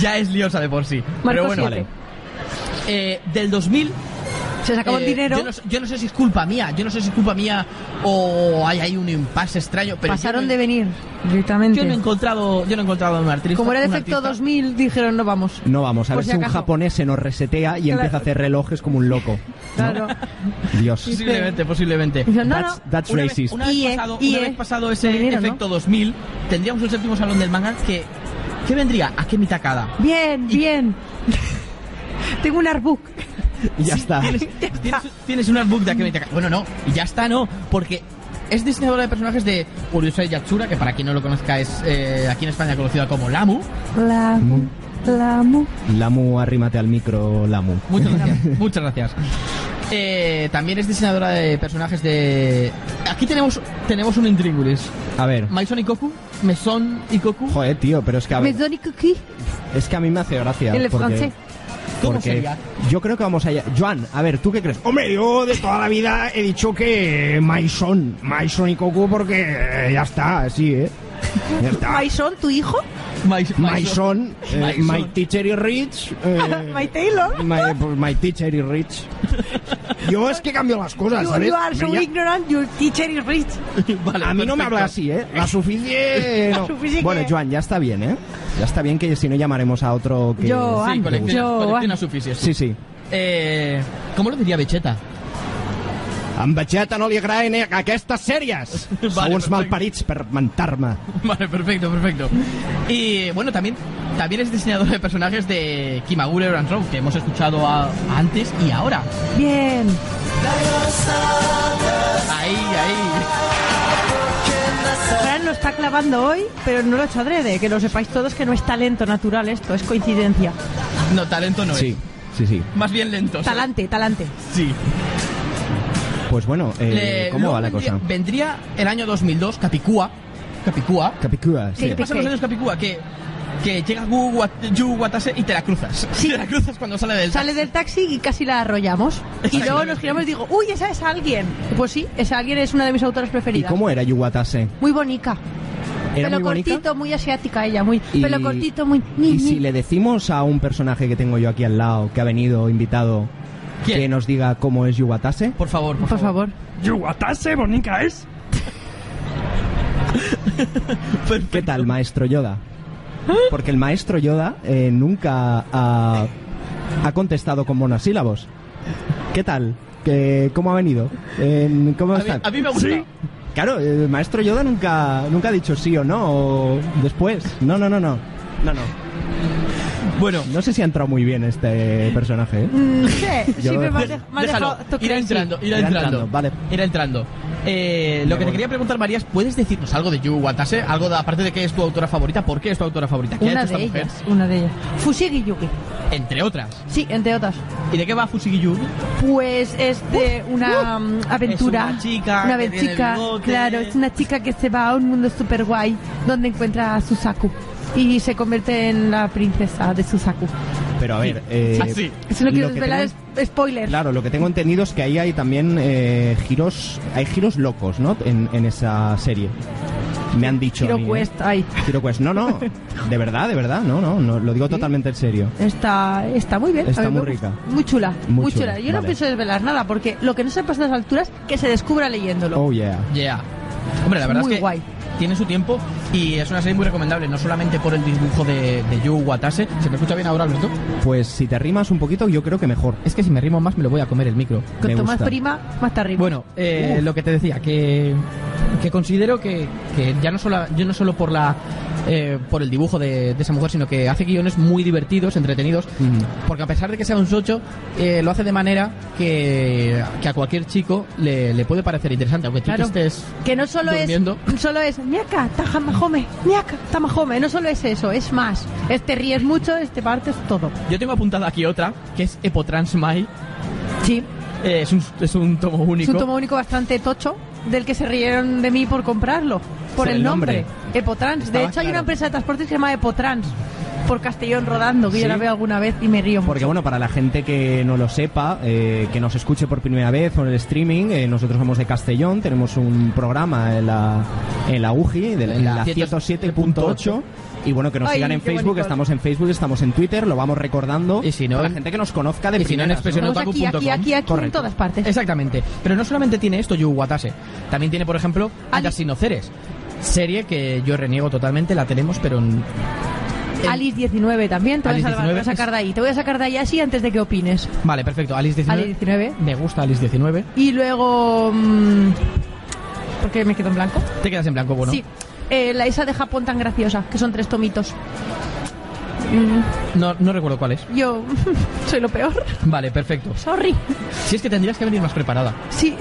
Speaker 1: ya es liosa de por sí. Pero
Speaker 4: Marcos
Speaker 1: bueno,
Speaker 4: siete.
Speaker 1: Eh, del 2000
Speaker 4: Se sacó el
Speaker 1: Eh,
Speaker 4: dinero.
Speaker 1: Yo no, sé- yo no sé si es culpa mía, yo no sé si es culpa mía o hay ahí un impasse extraño. Pero yo
Speaker 4: Pasaron
Speaker 1: no-
Speaker 4: de venir directamente.
Speaker 1: Yo no he encontrado, yo no he encontrado un artista.
Speaker 4: Como era
Speaker 1: un
Speaker 4: defecto
Speaker 1: artista.
Speaker 4: 2000, dijeron no vamos.
Speaker 3: No vamos, a
Speaker 4: Por
Speaker 3: ver
Speaker 4: si
Speaker 3: si un
Speaker 4: acaso.
Speaker 3: japonés se nos resetea y
Speaker 4: Claro.
Speaker 3: empieza a hacer relojes como un loco.
Speaker 4: Claro.
Speaker 3: Dios.
Speaker 1: Posiblemente, posiblemente.
Speaker 4: Dijeron, no, no.
Speaker 3: That's, that's
Speaker 1: Una vez-
Speaker 3: racist.
Speaker 1: Una vez,
Speaker 4: IE,
Speaker 1: pasado, una
Speaker 4: IE.
Speaker 1: vez pasado ese
Speaker 4: Dinero, ¿no?
Speaker 1: efecto 2000, tendríamos un séptimo salón del manga que... ¿Qué vendría? ¿A qué mitad cada?
Speaker 4: Bien,
Speaker 3: <laughs>
Speaker 4: bien. Tengo un artbook.
Speaker 3: Y
Speaker 4: <laughs>
Speaker 3: ya está.
Speaker 1: ¿Tienes, tienes un artbook de Akemi Taka- Bueno, no, y ya está, no, porque es diseñadora de personajes de Urusei Yatsura, que para quien no lo conozca es eh, aquí en España conocida como Lamu.
Speaker 4: La, la mu.
Speaker 3: Lamu, arrímate al micro, Lamu.
Speaker 1: Muchas gracias. muchas gracias. Eh, también es diseñadora de personajes de... Aquí tenemos tenemos un intríngulis.
Speaker 3: A ver.
Speaker 1: Maison Ikoku, Meson Ikoku.
Speaker 3: Joder, tío, pero es que a ver,
Speaker 4: Maison y Cookie.
Speaker 3: es que a mí me hace gracia.
Speaker 4: El
Speaker 3: porque,
Speaker 4: francés.
Speaker 1: ¿Cómo
Speaker 3: porque
Speaker 1: sería?
Speaker 3: yo creo que vamos allá. Joan, a ver, ¿tú qué crees?
Speaker 5: Hombre, yo de toda la vida he dicho que Maison, Maison y Coco porque eh, ya está, así, ¿eh?
Speaker 4: <laughs>
Speaker 5: Ya
Speaker 3: Ah.
Speaker 5: está.
Speaker 4: Maison, tu hijo.
Speaker 1: Mais- Maison.
Speaker 5: Maison, eh,
Speaker 1: Maison.
Speaker 5: My Teacher is Rich. eh,
Speaker 4: <laughs> My Taylor.
Speaker 5: my, pues, my Teacher is Rich. Yo es que cambio las cosas,
Speaker 4: You,
Speaker 5: ¿sabes?
Speaker 4: you are so
Speaker 5: Ya-
Speaker 4: ignorant, your teacher is rich.
Speaker 1: <laughs> Vale,
Speaker 5: a mí no
Speaker 1: perfecto.
Speaker 5: me habla así, ¿eh?
Speaker 4: <laughs>
Speaker 5: La suficiente. no.
Speaker 4: Suficiente.
Speaker 3: Bueno, Joan, ya está bien, ¿eh? Ya está bien que si no llamaremos a otro que...
Speaker 4: Joan.
Speaker 1: Sí, colecciona,
Speaker 4: Yo-
Speaker 1: colecciona suficientes.
Speaker 3: Sí, sí.
Speaker 1: Eh, ¿Cómo lo diría Becheta? <laughs>
Speaker 5: En Batxeta no li agraden eh, aquestes sèries.
Speaker 1: <laughs> Vale,
Speaker 5: Segons
Speaker 1: perfecte.
Speaker 5: malparits per mentar-me.
Speaker 1: Vale, perfecto, perfecto. Y bueno, también, también es diseñador de personajes de Kimagure Ransom, que hemos escuchado a- antes y ahora.
Speaker 4: Bien.
Speaker 1: Ahí, ahí.
Speaker 4: Fran lo está clavando hoy, pero no lo he hecho adrede. Que lo sepáis todos que no es talento natural esto, es coincidencia.
Speaker 1: No, talento no
Speaker 3: Sí, sí, sí.
Speaker 1: es. Más bien lento. o sea,
Speaker 4: Talante, talante.
Speaker 1: Sí.
Speaker 3: Pues bueno, eh,
Speaker 1: Le-
Speaker 3: ¿cómo
Speaker 1: luego
Speaker 3: va la
Speaker 1: vendría,
Speaker 3: cosa?
Speaker 1: Vendría el año 2002, Capicúa. Capicúa.
Speaker 3: Capicúa, sí.
Speaker 1: ¿Qué pasa en los años Capicúa? Que que llega Gu Wa- Yu Watase y te la cruzas.
Speaker 4: Sí.
Speaker 1: <laughs> Te la cruzas cuando sale del
Speaker 4: Sale del taxi y casi la arrollamos. Y luego nos giramos y digo, uy, esa es alguien. Pues sí, esa alguien es una de mis autoras
Speaker 3: ¿Y
Speaker 4: preferidas.
Speaker 3: cómo era Yuwatase?
Speaker 4: Muy bonita.
Speaker 3: ¿Era
Speaker 4: pelo
Speaker 3: muy bonita?
Speaker 4: cortito, muy asiática ella, muy
Speaker 3: Y-
Speaker 4: pelo cortito, muy ni,
Speaker 3: Y si
Speaker 4: ni.
Speaker 3: le decimos a un personaje que tengo yo aquí al lado, que ha venido invitado,
Speaker 1: ¿Quién?
Speaker 3: que nos diga cómo es Yuwatase.
Speaker 1: Por favor, por,
Speaker 4: Por
Speaker 3: <laughs>
Speaker 4: favor.
Speaker 6: Yuwatase, bonica es.
Speaker 3: ¿Qué tal, maestro Yoda? Porque el maestro Yoda eh, nunca ha, ha contestado con monosílabos. ¿Qué tal? ¿Qué- ¿Cómo ha venido? Eh, ¿Cómo
Speaker 1: A mí,
Speaker 3: está?
Speaker 1: a mí me gusta.
Speaker 6: Sí.
Speaker 3: Claro, el maestro Yoda nunca, nunca ha dicho sí o no o después. No, no, no, no. No, no.
Speaker 1: Bueno,
Speaker 3: No sé si ha entrado muy bien este personaje. ¿eh?
Speaker 4: Mm, sí,
Speaker 3: Yo-
Speaker 4: sí, me has dej- me has
Speaker 1: déjalo,
Speaker 4: dejado tocar,
Speaker 1: irá
Speaker 4: sí.
Speaker 1: entrando, irá
Speaker 3: Irá
Speaker 1: entrando.
Speaker 3: entrando, vale.
Speaker 1: Irá entrando. Eh, lo que te quería preguntar, María, es, ¿puedes decirnos algo de Yu Watase? Algo de, aparte de que es tu autora favorita, ¿por qué es tu autora favorita? ¿Qué ha
Speaker 4: Una
Speaker 1: hecho
Speaker 4: de
Speaker 1: esta
Speaker 4: ellas, una de ellas. Fushigi Yugi.
Speaker 1: mujer? Entre otras.
Speaker 4: Sí, entre otras.
Speaker 1: ¿Y de qué va Fushigi Yu?
Speaker 4: Pues es de una mm, aventura.
Speaker 1: Es una chica
Speaker 4: Una
Speaker 1: que tiene
Speaker 4: chica,
Speaker 1: bigote.
Speaker 4: claro, es una chica que se va a un mundo super guay donde encuentra a Susaku y se convierte en la princesa de Susaku.
Speaker 3: Pero a
Speaker 1: Ah,
Speaker 3: ver. eh,
Speaker 1: Así.
Speaker 4: Eso no quiero
Speaker 3: lo que
Speaker 4: desvelar,
Speaker 3: tengo-
Speaker 4: es spoiler.
Speaker 3: Claro, lo que tengo entendido es que ahí hay también eh, giros, hay giros locos, ¿no? En, en esa serie. Me han dicho. a
Speaker 4: Hero
Speaker 3: mí, ¿eh?
Speaker 4: Quest, ahí.
Speaker 3: Hero Quest. No, no. De verdad, de verdad. No, no. no lo digo totalmente en serio.
Speaker 4: Está, está muy bien.
Speaker 3: Está
Speaker 4: A mí me
Speaker 3: muy
Speaker 4: gusta.
Speaker 3: rica.
Speaker 4: Muy chula.
Speaker 3: Muy
Speaker 4: Muy,
Speaker 3: chula,
Speaker 4: chula. Yo no
Speaker 3: vale.
Speaker 4: pienso desvelar nada porque lo que no sepas de las alturas que se descubra leyéndolo.
Speaker 3: Oh, yeah.
Speaker 1: Yeah. Hombre, la verdad
Speaker 4: Muy
Speaker 1: es que
Speaker 4: guay.
Speaker 1: tiene su tiempo y es una serie muy recomendable, no solamente por el dibujo de, de Yu Watase. ¿Se me escucha bien ahora, Alberto?
Speaker 3: Pues si te rimas un poquito, yo creo que mejor.
Speaker 1: Es que si me rimo más me lo voy a comer el micro.
Speaker 3: me
Speaker 4: Cuanto más
Speaker 3: gusta.
Speaker 4: prima, más te arriba.
Speaker 1: Bueno, eh,
Speaker 3: Uf.
Speaker 1: lo que te decía, que, que considero que, que ya no solo, yo no solo por la eh, por el dibujo de, de esa mujer, sino que hace guiones muy divertidos, entretenidos,
Speaker 3: Mm.
Speaker 1: porque a pesar de que sea un socho, eh, lo hace de manera que, que a cualquier chico le, le puede parecer interesante, aunque tú te
Speaker 4: Claro.
Speaker 1: estés...
Speaker 4: Que no solo
Speaker 1: Durmiendo.
Speaker 4: es <laughs> solo es ñaca, tajamajome, ñaca, tamajome, no solo es eso, es más. Este ríes mucho, este partes todo.
Speaker 1: Yo tengo apuntada aquí otra, que es Epotransmai,
Speaker 4: Sí,
Speaker 1: eh, es, un, es un tomo único.
Speaker 4: es un tomo único bastante tocho del que se rieron de mí por comprarlo, por
Speaker 3: Sí,
Speaker 4: el,
Speaker 3: el
Speaker 4: nombre.
Speaker 3: nombre.
Speaker 4: Epotrans.
Speaker 1: Estaba
Speaker 4: de hecho, hay
Speaker 1: claro.
Speaker 4: una empresa de transportes que se llama Epotrans por Castellón rodando, que
Speaker 3: Sí.
Speaker 4: yo la veo alguna vez y me río mucho.
Speaker 3: Porque bueno, para la gente que no lo sepa, eh, que nos escuche por primera vez o en el streaming, eh, nosotros somos de Castellón, tenemos un programa en la, en la UGI, de la- en
Speaker 1: En
Speaker 3: la,
Speaker 1: la
Speaker 3: 107.8. Y bueno, que nos
Speaker 4: Ay,
Speaker 3: sigan en
Speaker 4: qué
Speaker 3: Facebook,
Speaker 4: bonito.
Speaker 3: estamos en Facebook, estamos en Twitter, lo vamos recordando.
Speaker 1: Y si no,
Speaker 3: para
Speaker 1: en-
Speaker 3: gente que nos conozca de
Speaker 1: y si no, en
Speaker 3: primeras,
Speaker 1: expresión-
Speaker 4: Estamos aquí, aquí, aquí, aquí, en
Speaker 3: Correcto.
Speaker 4: todas partes.
Speaker 1: Exactamente. Pero no solamente tiene esto Yu Watase, también tiene, por ejemplo,
Speaker 4: Ali-
Speaker 1: Alias Ceres. Serie que yo reniego totalmente, la tenemos, pero n- el-
Speaker 4: Alice 19 también, te voy, a
Speaker 1: Alice
Speaker 4: salvar, te voy a
Speaker 1: 19
Speaker 4: sacar
Speaker 1: es-
Speaker 4: de ahí. Te voy a sacar de ahí así antes de que opines.
Speaker 1: Vale, perfecto. Alice 19.
Speaker 4: Alice 19.
Speaker 1: Me gusta Alice 19.
Speaker 4: Y luego... mm, ¿Por qué me quedo en blanco?
Speaker 1: Te quedas en blanco, bueno.
Speaker 4: Sí. Eh, la esa de Japón tan graciosa, que son tres tomitos.
Speaker 1: No, no recuerdo cuál es.
Speaker 4: Yo <laughs> soy lo peor.
Speaker 1: Vale, perfecto.
Speaker 4: Sorry.
Speaker 1: Si es que tendrías que venir más preparada.
Speaker 4: Sí.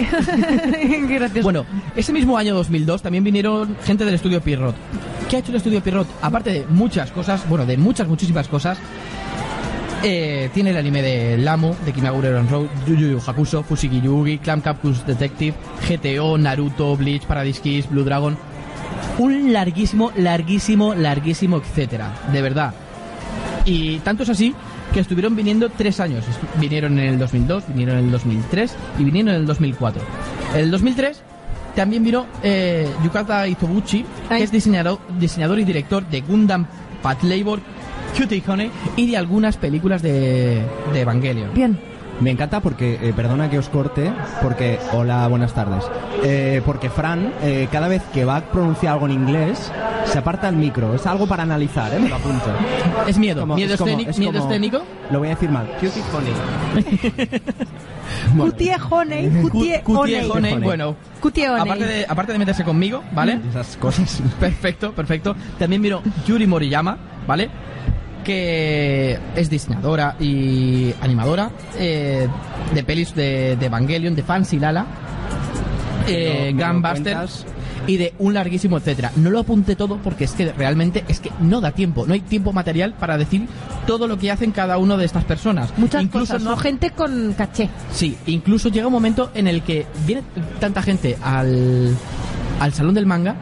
Speaker 4: <laughs> Qué gracioso.
Speaker 1: Bueno, ese mismo año 2002 también vinieron gente del estudio Pirrot. ¿Qué ha hecho el estudio Pirrot? Aparte de muchas cosas, bueno, de muchas, muchísimas cosas, eh, tiene el anime de Lamu, de Kimagure Road, Yu Yu Yu Hakusho, Fushigi Yugi, Clam Capcus Detective, GTO, Naruto, Bleach, Paradise Kiss, Blue Dragon. Un larguísimo, larguísimo, larguísimo, etcétera. De verdad. Y tanto es así que estuvieron viniendo tres años. Estu- Vinieron en el 2002, vinieron en el 2003 y vinieron en el 2004. En el 2003 también vino eh, Yukata Itoguchi,
Speaker 4: Ay.
Speaker 1: que es diseñador, diseñador y director de Gundam Path Labor, Cutie Honey y de algunas películas de, de Evangelion.
Speaker 4: Bien.
Speaker 3: Me encanta porque, eh, perdona que os corte, porque, hola, buenas tardes. Eh, porque Fran, eh, cada vez que va a pronunciar algo en inglés, se aparta el micro. Es algo para analizar, ¿eh? Me lo apunto.
Speaker 1: Es miedo,
Speaker 3: Como-
Speaker 1: miedo,
Speaker 3: es como-
Speaker 1: escénico,
Speaker 3: es
Speaker 1: miedo
Speaker 3: como-
Speaker 1: escénico.
Speaker 3: Lo voy a decir mal. Cutie honey. Bueno,
Speaker 4: Cutie honey, cutie
Speaker 1: Cu- Cutie
Speaker 4: honey.
Speaker 1: Honey,
Speaker 3: Honey.
Speaker 1: Bueno,
Speaker 4: Cutie honey.
Speaker 1: aparte de, aparte de meterse conmigo, ¿vale?
Speaker 3: Mm, Esas cosas.
Speaker 1: <laughs> Perfecto, perfecto. También vino Yuri Moriyama, ¿vale? Que es diseñadora y animadora eh, de pelis de, de Evangelion, de Fancy Lala, eh,
Speaker 3: Me lo- me lo
Speaker 1: Gunbusters
Speaker 3: cuentas.
Speaker 1: y de un larguísimo etcétera. No lo apunté todo porque es que realmente es que no da tiempo, no hay tiempo material para decir todo lo que hacen cada una de estas personas.
Speaker 4: Muchas
Speaker 1: Incluso
Speaker 4: cosas.
Speaker 1: no-
Speaker 4: No... gente con caché.
Speaker 1: Sí, incluso llega un momento en el que viene tanta gente al, al salón del manga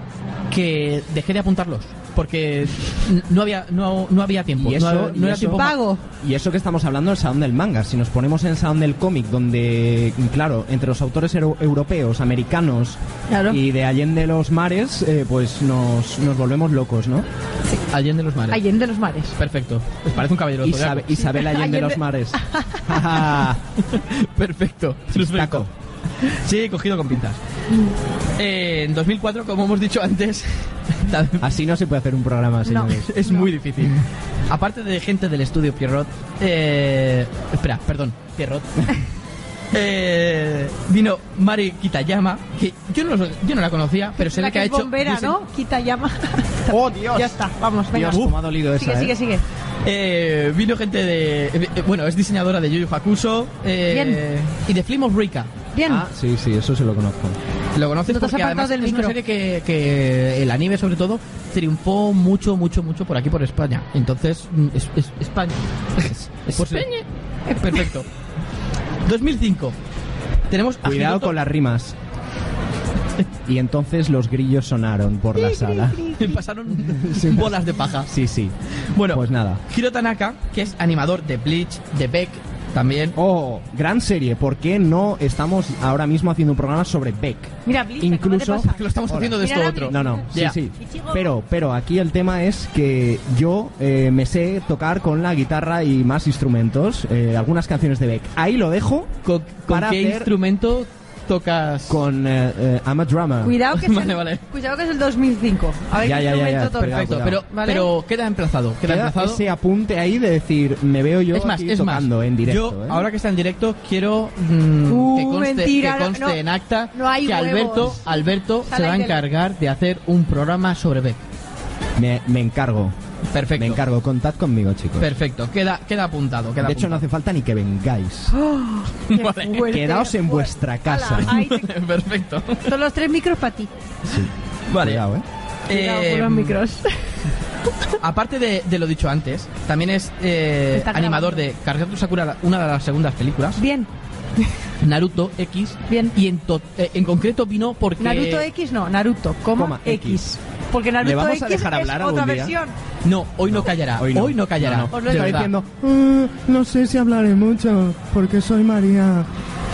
Speaker 1: que dejé de apuntarlos. porque n- no había, no, no había tiempo.
Speaker 3: Y eso-
Speaker 1: no, no
Speaker 3: y
Speaker 1: era
Speaker 3: eso-
Speaker 1: tiempo para-
Speaker 4: Pago.
Speaker 3: Y eso que estamos hablando del sound del manga. Si nos ponemos en el sound del cómic, donde, claro, entre los autores euro- europeos, americanos
Speaker 4: Claro.
Speaker 3: y de Allende los mares, eh, pues nos, nos volvemos locos, ¿no?
Speaker 1: Allende los mares.
Speaker 4: Allende los mares.
Speaker 1: Perfecto. Les parece un caballero
Speaker 3: Isabe-
Speaker 1: zodiaco.
Speaker 3: Isabel Allende
Speaker 4: Allende. <laughs>
Speaker 3: los mares.
Speaker 1: <laughs> Perfecto.
Speaker 3: Taco.
Speaker 1: Sí, cogido con pinzas.
Speaker 4: Mm.
Speaker 1: Eh, en 2004, como hemos dicho antes, <laughs> también
Speaker 3: Así no se puede hacer un programa, señores.
Speaker 4: <laughs>
Speaker 1: es muy difícil. Aparte de gente del estudio Pierrot, eh, espera, perdón,
Speaker 4: <laughs>
Speaker 1: Pierrot. Eh, vino Mari Kitayama, que yo no, lo- yo no la conocía, pero se
Speaker 4: la
Speaker 1: ve que ha
Speaker 4: es
Speaker 1: hecho.
Speaker 4: bombera,
Speaker 1: dicen-
Speaker 4: ¿no? Quita
Speaker 1: <laughs>
Speaker 4: llama.
Speaker 3: ¡Oh, Dios!
Speaker 4: ya está, vamos, venga.
Speaker 3: Dios, cómo ha dolido esa,
Speaker 4: sigue, sigue,
Speaker 3: ¿eh?
Speaker 4: sigue.
Speaker 1: Eh, vino gente de. eh, eh, bueno, es diseñadora de Yuyu Hakuso. eh, Y de Flame of Rika.
Speaker 4: Bien.
Speaker 3: Ah, sí, sí, eso se lo conozco.
Speaker 1: Lo conoces
Speaker 4: No te has
Speaker 1: porque
Speaker 4: apartado
Speaker 1: además
Speaker 4: del
Speaker 1: es una
Speaker 4: micro.
Speaker 1: serie que, que el anime sobre todo triunfó mucho, mucho, mucho por aquí, por España. Entonces, mm, es, es- España. Es
Speaker 3: Pues sí.
Speaker 1: España. Perfecto. 2005. Tenemos a
Speaker 3: Cuidado
Speaker 1: Hiroto- <laughs>
Speaker 3: con las rimas. Y entonces los grillos sonaron por la sala. <laughs>
Speaker 1: Pasaron bolas de paja.
Speaker 3: Sí, sí.
Speaker 1: Bueno,
Speaker 3: Pues nada.
Speaker 1: Hiro Tanaka, que es animador de Bleach, de Beck también.
Speaker 3: Oh, gran serie. ¿Por qué no estamos ahora mismo haciendo un programa sobre Beck?
Speaker 4: Mira, Blitz,
Speaker 3: Incluso-
Speaker 4: ¿cómo te pasa?
Speaker 1: Que lo estamos
Speaker 3: Hola.
Speaker 1: haciendo de
Speaker 4: Mira
Speaker 1: esto
Speaker 4: la
Speaker 1: otro.
Speaker 3: No, no, sí,
Speaker 1: Ya.
Speaker 3: sí.
Speaker 2: Ichigo.
Speaker 3: Pero, pero aquí el tema es que yo eh, me sé tocar con la guitarra y más instrumentos eh, algunas canciones de Beck. Ahí lo dejo
Speaker 1: ¿Con, con
Speaker 3: Para
Speaker 1: qué
Speaker 3: hacer-
Speaker 1: instrumento tocas?
Speaker 3: con eh, eh, I'm a Drummer.
Speaker 4: Cuidado
Speaker 3: <laughs>
Speaker 4: que, es
Speaker 1: Vale,
Speaker 4: el,
Speaker 1: vale.
Speaker 4: cuidado que es el 2005. A ver
Speaker 3: Ya,
Speaker 4: qué
Speaker 3: ya, ya, ya,
Speaker 4: momento toca.
Speaker 3: espera.
Speaker 1: Perfecto,
Speaker 3: Cuidado.
Speaker 1: pero,
Speaker 4: Vale.
Speaker 1: pero queda emplazado. Queda,
Speaker 3: Queda
Speaker 1: emplazado.
Speaker 3: ese apunte ahí de decir, me veo yo
Speaker 1: es más,
Speaker 3: aquí
Speaker 1: es más.
Speaker 3: tocando en directo.
Speaker 1: yo,
Speaker 3: ¿eh?
Speaker 1: ahora que está en directo, quiero mm,
Speaker 4: Uh,
Speaker 1: que conste,
Speaker 4: mentira,
Speaker 1: que conste
Speaker 4: no,
Speaker 1: en acta
Speaker 4: no hay
Speaker 1: que
Speaker 4: huevos.
Speaker 1: Alberto, Alberto se
Speaker 4: Sale
Speaker 1: va a
Speaker 4: del-
Speaker 1: encargar de hacer un programa sobre Beck.
Speaker 3: me, me encargo.
Speaker 1: Perfecto.
Speaker 3: Me encargo. Contad conmigo, chicos.
Speaker 1: Perfecto, queda, queda apuntado. Queda
Speaker 3: de hecho, no hace falta ni que vengáis.
Speaker 1: Ah,
Speaker 4: Qué
Speaker 1: Vale.
Speaker 4: fuerte.
Speaker 3: Quedaos en
Speaker 4: Fuerte.
Speaker 3: vuestra casa.
Speaker 4: Ala, ahí te-
Speaker 1: apuntado. <laughs> Perfecto.
Speaker 4: Son los tres micros para ti.
Speaker 1: Vale.
Speaker 3: Cuidado, <laughs> ¿eh?
Speaker 4: Cuidado con los
Speaker 1: Em,
Speaker 3: <laughs>
Speaker 4: micros.
Speaker 1: Aparte de, de lo dicho antes, también es eh,
Speaker 4: Está grabando.
Speaker 1: animador de Kageto Sakura, una de las segundas películas,
Speaker 4: Bien.
Speaker 1: Naruto X,
Speaker 4: Bien.
Speaker 1: y en, to- eh, en concreto vino porque...
Speaker 4: Naruto X no, Naruto, coma,
Speaker 3: Coma,
Speaker 4: X. Porque Naruto
Speaker 3: ¿Le vamos
Speaker 4: X
Speaker 3: a dejar
Speaker 4: es
Speaker 3: hablar
Speaker 4: otra
Speaker 3: algún día?
Speaker 4: versión.
Speaker 1: No, hoy no, callará, hoy no, callará.
Speaker 3: No, no.
Speaker 4: lo
Speaker 1: de
Speaker 3: Está
Speaker 1: verdad.
Speaker 3: diciendo, "Eh, no sé si hablaré mucho, porque soy María.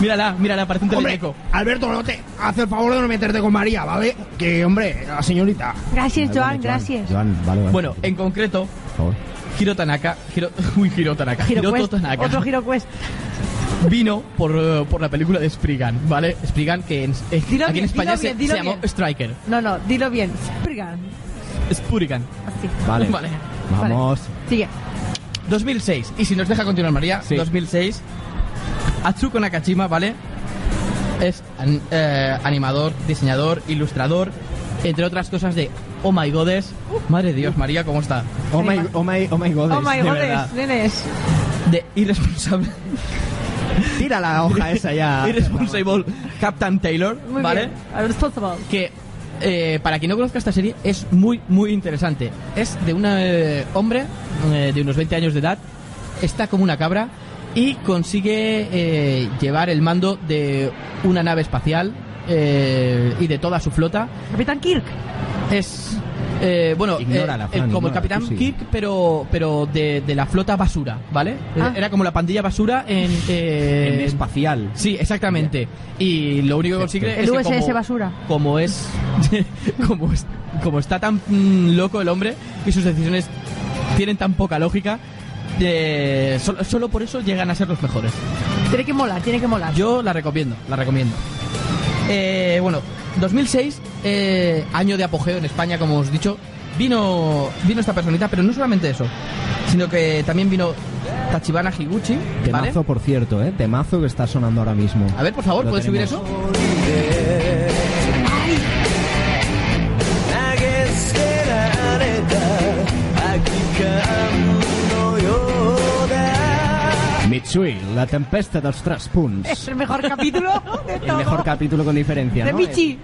Speaker 1: Mírala, mírala, parece un
Speaker 7: Hombre,
Speaker 1: teleco.
Speaker 7: Alberto, no te haz el favor de no meterte con María, ¿vale? Que, hombre, la señorita.
Speaker 4: Gracias,
Speaker 3: Vale,
Speaker 4: Joan,
Speaker 3: vale,
Speaker 4: gracias.
Speaker 3: Joan, vale, vale.
Speaker 1: Bueno, en concreto,
Speaker 3: Por favor.
Speaker 1: Hiro Tanaka, Hiro, <laughs> uy, Hiro Tanaka,
Speaker 4: Giro
Speaker 1: Hiroto
Speaker 4: Quest,
Speaker 1: Tanaka
Speaker 4: otro Giro Quest.
Speaker 1: vino por, eh, por la película de Spriggan, ¿vale? Spriggan que en, eh,
Speaker 4: Dilo
Speaker 1: aquí en
Speaker 4: bien,
Speaker 1: España
Speaker 4: dilo
Speaker 1: se,
Speaker 4: bien, dilo
Speaker 1: se llamó
Speaker 4: bien.
Speaker 1: Striker,
Speaker 4: No, no, dilo bien. Spriggan.
Speaker 1: Spurigan.
Speaker 4: Así.
Speaker 3: Vale.
Speaker 1: Vale.
Speaker 3: Vamos.
Speaker 4: Sigue.
Speaker 1: 2006, y si nos deja continuar María,
Speaker 3: Sí.
Speaker 1: 2006, Atsuko Nakashima, ¿vale? Es an- eh, animador, diseñador, ilustrador, entre otras cosas de Oh My Goddess.
Speaker 4: Uh.
Speaker 1: Madre de Dios, María, ¿cómo está?
Speaker 3: Oh my, oh my, oh my godes,
Speaker 4: Oh my
Speaker 3: de verdad.
Speaker 4: godes, nenes.
Speaker 1: De irresponsable.
Speaker 3: Tira la
Speaker 7: <laughs>
Speaker 3: hoja esa ya. Eh,
Speaker 1: Irresponsible Captain Taylor,
Speaker 4: Muy
Speaker 1: ¿vale?
Speaker 4: bien. A ver, Responsible.
Speaker 1: Que eh, para quien no conozca esta serie es muy, muy interesante. Es de un eh, hombre eh, de unos 20 años de edad, está como una cabra y consigue eh, llevar el mando de una nave espacial eh, y de toda su flota.
Speaker 4: Capitán Kirk.
Speaker 1: Es. eh, bueno,
Speaker 3: Ignórala,
Speaker 1: eh,
Speaker 3: Fran,
Speaker 1: como
Speaker 3: ignórala,
Speaker 1: el Capitán
Speaker 3: tú sigue.
Speaker 1: Kirk, pero pero de, de la flota basura, ¿vale?
Speaker 4: Ah.
Speaker 1: Era como la pandilla basura en. eh,
Speaker 3: En espacial.
Speaker 1: Sí, exactamente. Y lo único que consigue
Speaker 4: El
Speaker 1: es que
Speaker 4: USS
Speaker 1: como-
Speaker 4: basura.
Speaker 1: Como es, <laughs> como es- como está tan mm, loco el hombre y sus decisiones tienen tan poca lógica, eh, solo, solo por eso llegan a ser los mejores.
Speaker 4: Tiene que molar, tiene que molar.
Speaker 1: Yo la recomiendo, la recomiendo. Eh, bueno, 2006, eh, año de apogeo en España, como os he dicho, vino, vino esta personita, pero no solamente eso, sino que también vino Tachibana Higuchi, ¿vale?
Speaker 3: Temazo, por cierto, ¿eh? Temazo que está sonando ahora mismo.
Speaker 1: A ver, por favor,
Speaker 3: Lo
Speaker 1: ¿puedes subir eso?
Speaker 3: tenemos. Mitsui, la tempesta dels tres punts. <laughs>
Speaker 4: Es el mejor capítulo de
Speaker 3: El
Speaker 4: todo.
Speaker 3: mejor capítulo con diferencia,
Speaker 4: De
Speaker 3: ¿no?
Speaker 4: Michi.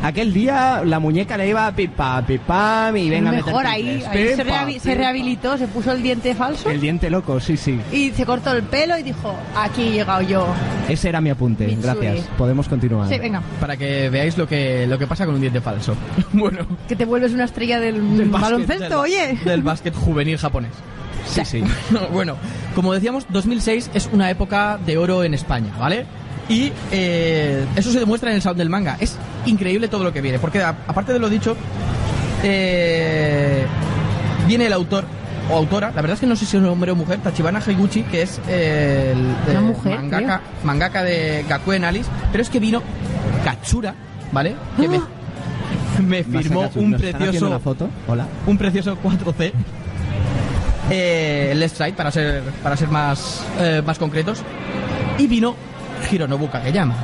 Speaker 3: Aquel día la muñeca le iba pipa, pipa, y venga a meter
Speaker 4: mejor ahí,
Speaker 3: triples.
Speaker 4: ahí se,
Speaker 3: Pipa,
Speaker 4: rehabi- se
Speaker 3: pipa.
Speaker 4: rehabilitó, se puso el diente falso
Speaker 3: El diente loco, sí, sí.
Speaker 4: y se cortó el pelo y dijo, aquí he llegado yo.
Speaker 3: Ese era mi apunte.
Speaker 4: Mitsui.
Speaker 3: Gracias. Podemos continuar.
Speaker 4: Sí, venga,
Speaker 1: Para que veáis lo que, lo que pasa con un diente falso. <laughs> bueno,
Speaker 4: que te vuelves una estrella del,
Speaker 1: del básquet, del-
Speaker 4: baloncesto, oye.
Speaker 1: Del básquet juvenil japonés.
Speaker 3: Sí, sí.
Speaker 1: <laughs> bueno, como decíamos, 2006 es una época de oro en España, ¿vale? Y eh, eso se demuestra en el sound del manga. Es increíble todo lo que viene, porque a- aparte de lo dicho, eh, viene el autor o autora, la verdad es que no sé si es un hombre o mujer, Tachibana Higuchi, que es eh, el,
Speaker 4: Una
Speaker 1: eh,
Speaker 4: mujer,
Speaker 1: mangaka, mangaka de Gakuen Alice, pero es que vino Katsura, ¿vale? Que me,
Speaker 4: Ah.
Speaker 1: me <laughs>
Speaker 3: Masaka
Speaker 1: firmó
Speaker 3: Chu,
Speaker 1: un
Speaker 3: ¿nos están haciendo
Speaker 1: precioso
Speaker 3: una foto? Hola.
Speaker 1: un precioso 4C. Eh, left Strike, para ser, para ser más, eh, más concretos. Y vino Hironobu Kageyama.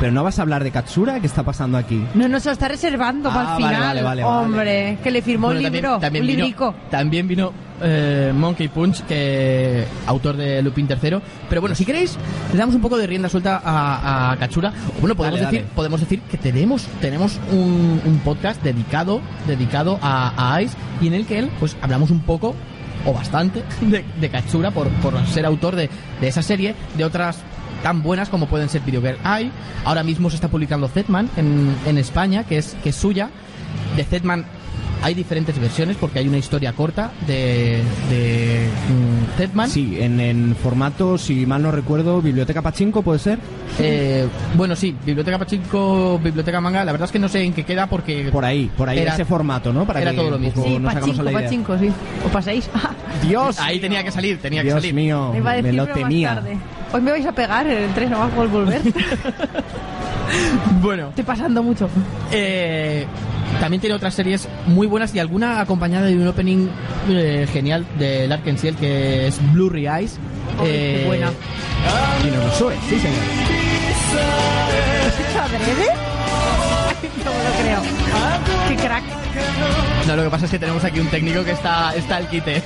Speaker 3: Pero no vas a hablar de Katsura, ¿qué está pasando aquí?
Speaker 4: No, no, se lo está reservando
Speaker 3: Ah,
Speaker 4: para el
Speaker 3: vale,
Speaker 4: final.
Speaker 3: vale, vale, vale.
Speaker 4: Hombre, que le firmó
Speaker 1: Bueno,
Speaker 4: un
Speaker 1: también-
Speaker 4: libro,
Speaker 1: también
Speaker 4: un
Speaker 1: vino-
Speaker 4: librico.
Speaker 1: También vino eh, Monkey Punch, que autor de Lupin III. Pero bueno, si queréis, le damos un poco de rienda suelta a, a Katsura. O bueno, podemos,
Speaker 3: Dale,
Speaker 1: decir,
Speaker 3: dale.
Speaker 1: podemos decir que tenemos, tenemos un, un podcast dedicado, dedicado a, a Ice y en el que él, pues hablamos un poco o bastante <laughs> de, de Katsura por, por ser autor de, de esa serie, de otras tan buenas como pueden ser Video Girl Eye. Ahora mismo se está publicando Zetman en, en España, que es, que es suya. De Zetman hay diferentes versiones porque hay una historia corta de, de mm, Zetman.
Speaker 3: Sí, en, en formato, si mal no recuerdo, Biblioteca Pachinko, ¿puede ser?
Speaker 1: Eh, bueno, sí, Biblioteca Pachinko, Biblioteca Manga. La verdad es que no sé en qué queda porque.
Speaker 3: Por ahí, por ahí,
Speaker 1: Era-
Speaker 3: ese formato, ¿no? Para
Speaker 1: era
Speaker 3: que
Speaker 1: todo lo
Speaker 3: un
Speaker 1: mismo.
Speaker 3: poco
Speaker 4: Sí,
Speaker 3: nos hagamos a
Speaker 4: pachinko,
Speaker 3: la idea.
Speaker 4: pachinko, sí. O <laughs> paséis.
Speaker 3: Dios,
Speaker 1: Ahí tenía que salir, tenía que
Speaker 3: Dios
Speaker 1: salir.
Speaker 3: mío,
Speaker 4: Me iba a
Speaker 3: me
Speaker 4: decir,
Speaker 3: lo
Speaker 4: pero más
Speaker 3: temía.
Speaker 4: tarde. Hoy me vais a pegar en el tren, no vas a poder
Speaker 3: <laughs>
Speaker 4: volver.
Speaker 1: Bueno,
Speaker 4: Estoy pasando mucho.
Speaker 1: eh, también tiene otras series muy buenas y alguna acompañada de un opening eh, genial del Arkensiel que es Blurry Eyes. Eh,
Speaker 4: Ay, qué buena.
Speaker 3: Y nos lo sube, sí, señor.
Speaker 4: ¿Eso adrede? No me lo creo. Qué crack.
Speaker 1: No, lo que pasa es que tenemos aquí un técnico que está, está al quite.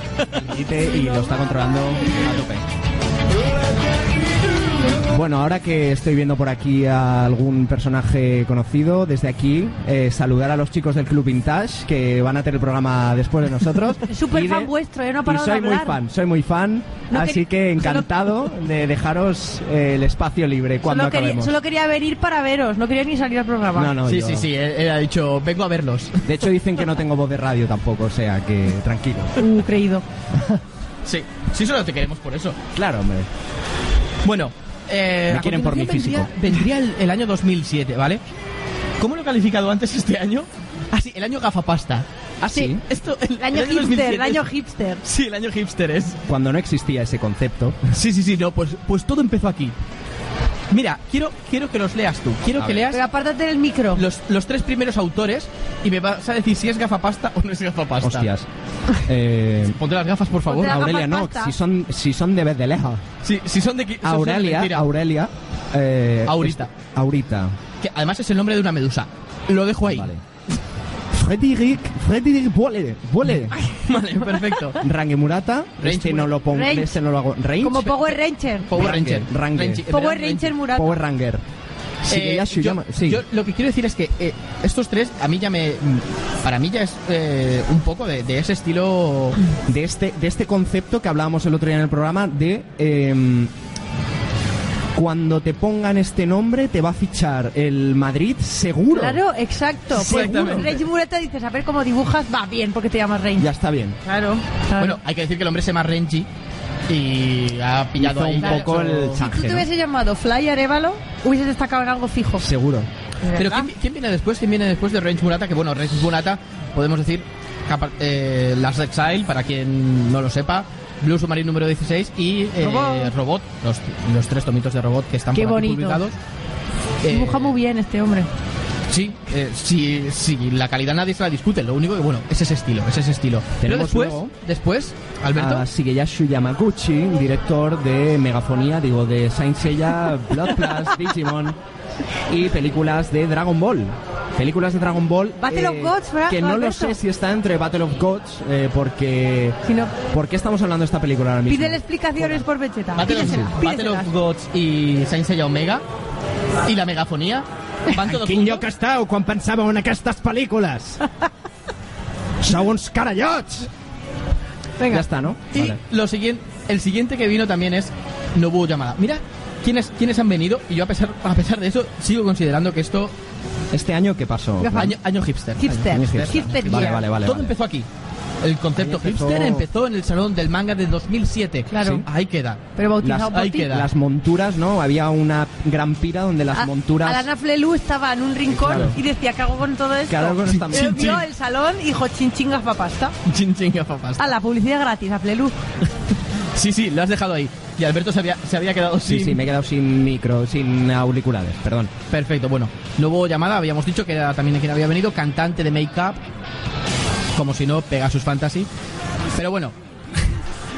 Speaker 3: Y te- y lo está controlando a tope. Bueno, ahora que estoy viendo por aquí a algún personaje conocido, desde aquí eh, saludar a los chicos del Club Vintage que van a tener el programa después
Speaker 4: <laughs>
Speaker 3: de nosotros.
Speaker 4: Súper
Speaker 3: Y de-
Speaker 4: fan vuestro, ¿eh? No ha
Speaker 3: y
Speaker 4: parado de
Speaker 3: soy muy
Speaker 4: hablar.
Speaker 3: fan, soy muy fan,
Speaker 4: No
Speaker 3: así
Speaker 4: quer-
Speaker 3: que encantado de dejaros eh, el espacio libre cuando
Speaker 4: Solo quería,
Speaker 3: acabemos.
Speaker 4: solo quería venir para veros, no quería ni salir al programa.
Speaker 3: <laughs> No, no,
Speaker 1: sí,
Speaker 3: yo-
Speaker 1: sí, sí, él, él ha dicho, vengo a verlos. <laughs>
Speaker 3: De hecho dicen que no tengo voz de radio tampoco, o sea que tranquilo.
Speaker 4: Uh, creído.
Speaker 1: Sí, sí, solo te queremos por eso.
Speaker 3: Claro, hombre.
Speaker 1: Bueno, eh,
Speaker 3: Me
Speaker 1: a
Speaker 3: quieren por mi
Speaker 1: continuación
Speaker 3: físico.
Speaker 1: Vendría, vendría el, el año 2007, ¿vale? ¿Cómo lo he calificado antes este año? Ah, sí, el año gafapasta. Ah, sí.
Speaker 3: Sí.
Speaker 1: Esto, el,
Speaker 4: El año hipster,
Speaker 1: 2007
Speaker 4: el año
Speaker 1: es-
Speaker 4: hipster.
Speaker 1: Sí, el año hipster es.
Speaker 3: Cuando no existía ese concepto.
Speaker 1: Sí, sí, sí, no, pues, pues todo empezó aquí. Mira, quiero, quiero que los leas tú. Quiero
Speaker 3: A
Speaker 1: que
Speaker 3: ver.
Speaker 1: leas
Speaker 4: Pero apártate del micro.
Speaker 1: los, los tres primeros autores y me vas a decir si es gafapasta o no es gafapasta. <laughs>
Speaker 3: Hostias. Eh,
Speaker 1: Ponte las gafas, por favor.
Speaker 4: Ponte las
Speaker 3: Aurelia,
Speaker 4: gafas
Speaker 3: no,
Speaker 4: pasta.
Speaker 3: si son, si son de Bezeleja.
Speaker 1: Si, si son de... qui- si son de
Speaker 3: Aurelia,
Speaker 1: mentira.
Speaker 3: Aurelia. eh,
Speaker 1: Aurita.
Speaker 3: es- Aurita.
Speaker 1: Que además es el nombre de una medusa. Lo dejo ahí.
Speaker 3: Vale. Frederick, Frederick Bolle, Bolle.
Speaker 1: <laughs> Vale, perfecto.
Speaker 3: Rangemurata,
Speaker 1: Range
Speaker 3: este
Speaker 1: Murata.
Speaker 3: no lo pongo,
Speaker 4: Range.
Speaker 3: este no lo hago. Range,
Speaker 4: Como Power Ranger.
Speaker 1: Power
Speaker 3: Ranger,
Speaker 1: Ranger.
Speaker 3: Ranger.
Speaker 1: Renchi-
Speaker 4: Power
Speaker 1: Renchi.
Speaker 4: Ranger Murata.
Speaker 3: Power Ranger.
Speaker 1: Eh,
Speaker 3: Shigeya Shuyama,
Speaker 1: yo,
Speaker 3: sí.
Speaker 1: yo lo que quiero decir es que eh, estos tres, a mí ya me. mm, Para mí ya es eh, un poco de, de ese estilo.
Speaker 3: de este, de este concepto que hablábamos el otro día en el programa de em, cuando te pongan este nombre te va a fichar el Madrid seguro.
Speaker 4: Claro, exacto. Pues,
Speaker 1: Exactamente.
Speaker 4: Ranger Murata dices, a ver cómo dibujas, va bien, porque te llamas Ranger.
Speaker 3: Ya está bien.
Speaker 4: Claro,
Speaker 3: Ah.
Speaker 4: claro.
Speaker 1: Bueno, hay que decir que el hombre se llama Renji y ha pillado
Speaker 3: Hizo
Speaker 1: ahí
Speaker 3: un poco el
Speaker 4: si tú
Speaker 3: chanjero.
Speaker 4: te hubieses llamado Fly Arevalo, hubieses destacado en algo fijo.
Speaker 3: Seguro.
Speaker 1: Pero
Speaker 4: ¿Verdad?
Speaker 1: ¿quién, quién viene después? ¿Quién viene después de Renji Murata? Que bueno, Renji Murata, podemos decir, capa- eh, Last Exile, para quien no lo sepa. Blue Submarine número 16 y eh,
Speaker 4: Robot.
Speaker 1: Robot, los, los tres tomitos de Robot que están
Speaker 4: Qué
Speaker 1: por aquí
Speaker 4: bonito.
Speaker 1: publicados. Eh,
Speaker 4: Dibuja muy bien este hombre.
Speaker 1: Sí, eh, sí, sí, la calidad nadie se la discute. Lo único que, bueno, es ese estilo, es ese estilo. Pero
Speaker 3: Tenemos
Speaker 1: después,
Speaker 3: luego-
Speaker 1: después, Alberto,
Speaker 3: A Shigeyasu Yamaguchi, director de Megafonía, digo, de Saint Seiya, Blood Plus, Digimon y películas de Dragon Ball. Películas de Dragon Ball. eh,
Speaker 4: Battle of Gods, ¿verdad,
Speaker 3: Que no lo
Speaker 4: Alberto?
Speaker 3: sé si está entre Battle of Gods, eh, porque.
Speaker 4: Si no,
Speaker 3: ¿Por qué estamos hablando de esta película ahora mismo?
Speaker 4: pídele explicaciones por Becheta.
Speaker 1: Battle, of,
Speaker 4: Pídeselas,
Speaker 1: Battle of
Speaker 4: pídeselas.
Speaker 1: Gods y Saint Seiya Omega y la megafonía Van todos
Speaker 7: Quin lloc
Speaker 1: juntos.
Speaker 7: esteu quan pensàveu en aquestes
Speaker 4: <laughs>
Speaker 7: pel·lícules? Sou uns carallots!
Speaker 4: Venga.
Speaker 3: Ya está, ¿no?
Speaker 1: Y
Speaker 3: Vale.
Speaker 1: lo siguiente, el siguiente que vino también es Nobuo Yamada. Mira quiénes, quiénes han venido y yo a pesar, a pesar de eso sigo considerando que esto
Speaker 3: ¿Este año qué pasó?
Speaker 4: Gafa-
Speaker 1: año, año hipster.
Speaker 4: Hipster.
Speaker 3: Año
Speaker 4: Hipster.
Speaker 3: hipster. Vale,
Speaker 4: year.
Speaker 3: vale, vale.
Speaker 1: Todo
Speaker 3: vale.
Speaker 1: empezó aquí. El concepto
Speaker 3: Ahí empezó-
Speaker 1: hipster empezó en el salón del manga de 2007.
Speaker 4: Claro. Sí.
Speaker 1: Ahí queda. <laughs>
Speaker 4: Pero bautizado
Speaker 3: Las-
Speaker 4: por
Speaker 1: ahí
Speaker 4: ti.
Speaker 1: queda.
Speaker 3: Las monturas, ¿no? Había una gran pira donde las
Speaker 4: A-
Speaker 3: monturas...
Speaker 4: Ah, Alana Flelu estaba en un rincón
Speaker 3: Claro.
Speaker 4: y decía, ¿qué hago con todo esto?
Speaker 3: ¿Qué hago con esta
Speaker 4: Él
Speaker 3: mierda?
Speaker 4: vio el salón y dijo, chin chin gafa pasta.
Speaker 1: Chin chin gafapasta.
Speaker 4: A la publicidad gratis, a Flelu.
Speaker 1: Sí, sí, lo has dejado ahí. Y Alberto se había, se había quedado
Speaker 3: Sí,
Speaker 1: sin...
Speaker 3: sí, me he quedado sin micro, sin auriculares, perdón.
Speaker 1: Perfecto, bueno. Luego llamada, habíamos dicho que era también quien había venido, cantante de make-up, como si no, Pegasus Fantasy. Pero bueno,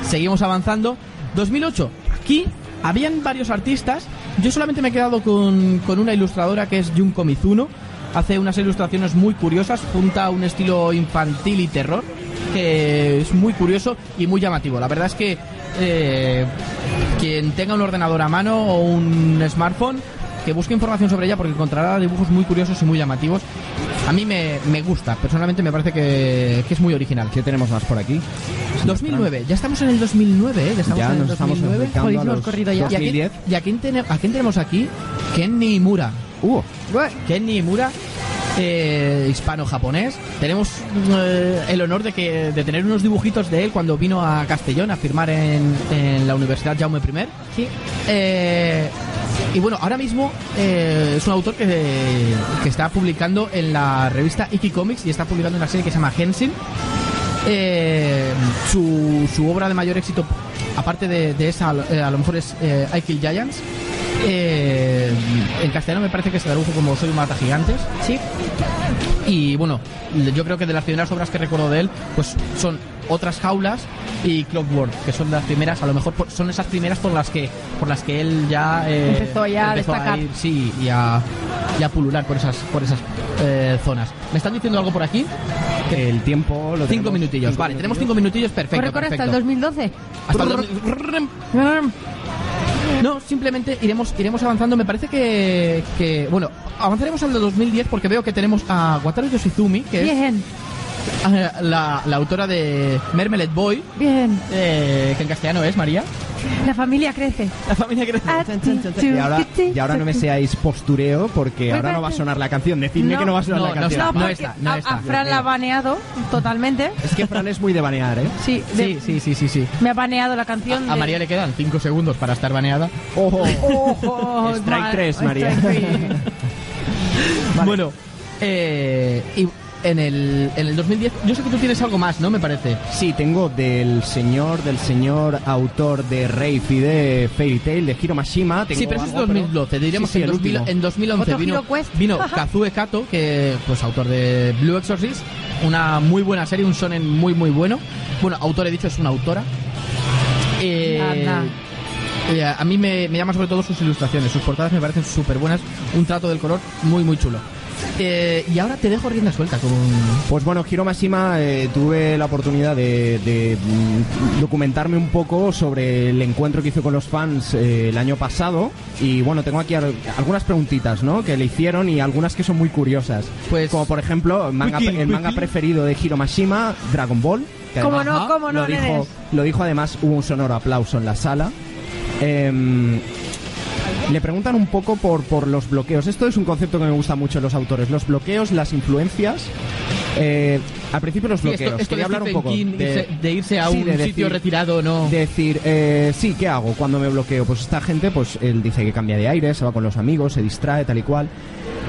Speaker 1: seguimos avanzando. 2008, aquí habían varios artistas. Yo solamente me he quedado con, con una ilustradora que es Junko Mizuno. Hace unas ilustraciones muy curiosas, junta un estilo infantil y terror, que es muy curioso y muy llamativo. La verdad es que eh, quien tenga un ordenador a mano o un smartphone, que busque información sobre ella porque encontrará dibujos muy curiosos y muy llamativos. A mí me, me gusta, personalmente me parece que, que es muy original.
Speaker 3: ¿Qué tenemos más por aquí?
Speaker 1: 2009, ya estamos en el 2009, ¿eh? Ya estamos
Speaker 3: Ya
Speaker 1: en el
Speaker 3: nos estamos
Speaker 1: 2009.
Speaker 3: acercando
Speaker 1: Joder,
Speaker 3: a
Speaker 1: hemos
Speaker 3: los
Speaker 1: corrido ya. ¿Y, a quién,
Speaker 3: 2010.
Speaker 1: y a quién tene- a quién tenemos aquí? Kenny Imura.
Speaker 3: Uh,
Speaker 1: Kenny Imura, eh, hispano-japonés. Tenemos eh, el honor de, que, de tener unos dibujitos de él cuando vino a Castellón a firmar en, en la Universidad Jaume I.
Speaker 4: Sí.
Speaker 1: Eh, y bueno, ahora mismo eh, es un autor que, que está publicando en la revista Iki Comics y está publicando una serie que se llama Henshin. Eh, su, su obra de mayor éxito, aparte de, de esa, eh, a lo mejor es eh, I Kill Giants. Eh, en castellano me parece que se tradujo como Soy un mata gigantes.
Speaker 4: Sí.
Speaker 1: Y bueno, yo creo que de las primeras obras que recuerdo de él, pues son otras jaulas y Clockwork, que son las primeras, a lo mejor por- son esas primeras por las que por las que él ya eh,
Speaker 4: Empezó ya a destacar.
Speaker 1: ir, sí, y a, y a pulular por esas por esas eh, zonas. ¿Me están diciendo algo por aquí?
Speaker 3: el tiempo lo
Speaker 1: Cinco
Speaker 3: tenemos-
Speaker 1: minutillos, vale, tenemos cinco minutillos, perfecto.
Speaker 4: Corre, corre hasta el
Speaker 1: perfecto.
Speaker 4: 2012.
Speaker 1: Hasta el 2000. No, simplemente iremos iremos avanzando. Me parece que, que bueno, avanzaremos al de 2010 porque veo que tenemos a Wataru Yoshizumi, que es
Speaker 4: Mm, Bien,
Speaker 1: la, la autora de Mermeled Boy,
Speaker 4: bien.
Speaker 1: eh, que en castellano es María.
Speaker 4: La familia crece.
Speaker 1: La familia crece.
Speaker 4: Ah,
Speaker 3: Y ahora, y ahora no me seáis postureo porque
Speaker 4: Muy
Speaker 3: ahora no va a
Speaker 4: fuerte.
Speaker 3: sonar la canción. Decidme
Speaker 4: No,
Speaker 3: que no va a sonar
Speaker 1: no,
Speaker 3: la
Speaker 1: no
Speaker 3: canción.
Speaker 1: está.
Speaker 4: No, porque
Speaker 1: está, no
Speaker 4: a-
Speaker 1: está.
Speaker 4: a Fran la ha baneado totalmente.
Speaker 3: Es que Fran es muy de banear,
Speaker 1: <laughs>
Speaker 3: ¿eh?
Speaker 4: Sí,
Speaker 1: Sí,
Speaker 4: de-
Speaker 1: sí, sí, sí, sí.
Speaker 4: Me ha baneado la canción.
Speaker 1: A, a
Speaker 4: de-
Speaker 1: María le quedan 5 segundos para estar baneada.
Speaker 3: Ojo.
Speaker 4: Ojo,
Speaker 3: <laughs> Strike
Speaker 4: ma-
Speaker 3: tres,
Speaker 4: strike
Speaker 3: María.
Speaker 4: three.
Speaker 1: Bueno, eh, y en el, en el 2010, yo sé que tú tienes algo más, ¿no? Me parece.
Speaker 3: Sí, tengo del señor, del señor autor de Rafe y de Fairy Tail, de Hiro Mashima. Tengo
Speaker 1: sí, pero eso es
Speaker 3: algo, pero-
Speaker 1: 2012. Diríamos
Speaker 3: Sí, sí,
Speaker 1: que en,
Speaker 3: el
Speaker 1: 2000
Speaker 3: último.
Speaker 1: en 2011
Speaker 4: Otro
Speaker 1: vino,
Speaker 4: Hero Quest. <laughs>
Speaker 1: vino Kazue Kato, que pues autor de Blue Exorcist, una muy buena serie, un shonen muy muy bueno. Bueno, autor he dicho, es una autora. Eh,
Speaker 4: Anda.
Speaker 1: eh, a mí me, me llama sobre todo sus ilustraciones, sus portadas me parecen súper buenas, un trato del color muy muy chulo. Eh, y ahora te dejo rienda suelta con...
Speaker 3: Pues bueno, Hiro Mashima eh, tuve la oportunidad de, de, mm, documentarme un poco sobre el encuentro que hizo con los fans eh, el año pasado y bueno, tengo aquí al- algunas preguntitas, ¿no? Que le hicieron y algunas que son muy curiosas.
Speaker 1: Pues-
Speaker 3: como por ejemplo, manga- el manga preferido de Hiro Mashima, Dragon Ball. <laughs> que
Speaker 4: Cómo
Speaker 3: además
Speaker 4: no, cómo no,
Speaker 3: lo dijo,
Speaker 4: nenes.
Speaker 3: lo dijo además, hubo un sonoro aplauso en la sala. Em, le preguntan un poco por, por los bloqueos. Esto es un concepto que me gusta mucho en los autores. Los bloqueos, las influencias. Eh, al principio los
Speaker 1: Sí,
Speaker 3: bloqueos. Quería hablar un
Speaker 1: Stephen
Speaker 3: poco
Speaker 1: King,
Speaker 3: de,
Speaker 1: irse- de irse a
Speaker 3: sí,
Speaker 1: un
Speaker 3: de
Speaker 1: sitio
Speaker 3: decir-
Speaker 1: retirado, ¿no?
Speaker 3: de decir, eh, sí, ¿qué hago cuando me bloqueo? Pues esta gente, pues él dice que cambia de aire, se va con los amigos, se distrae, tal y cual.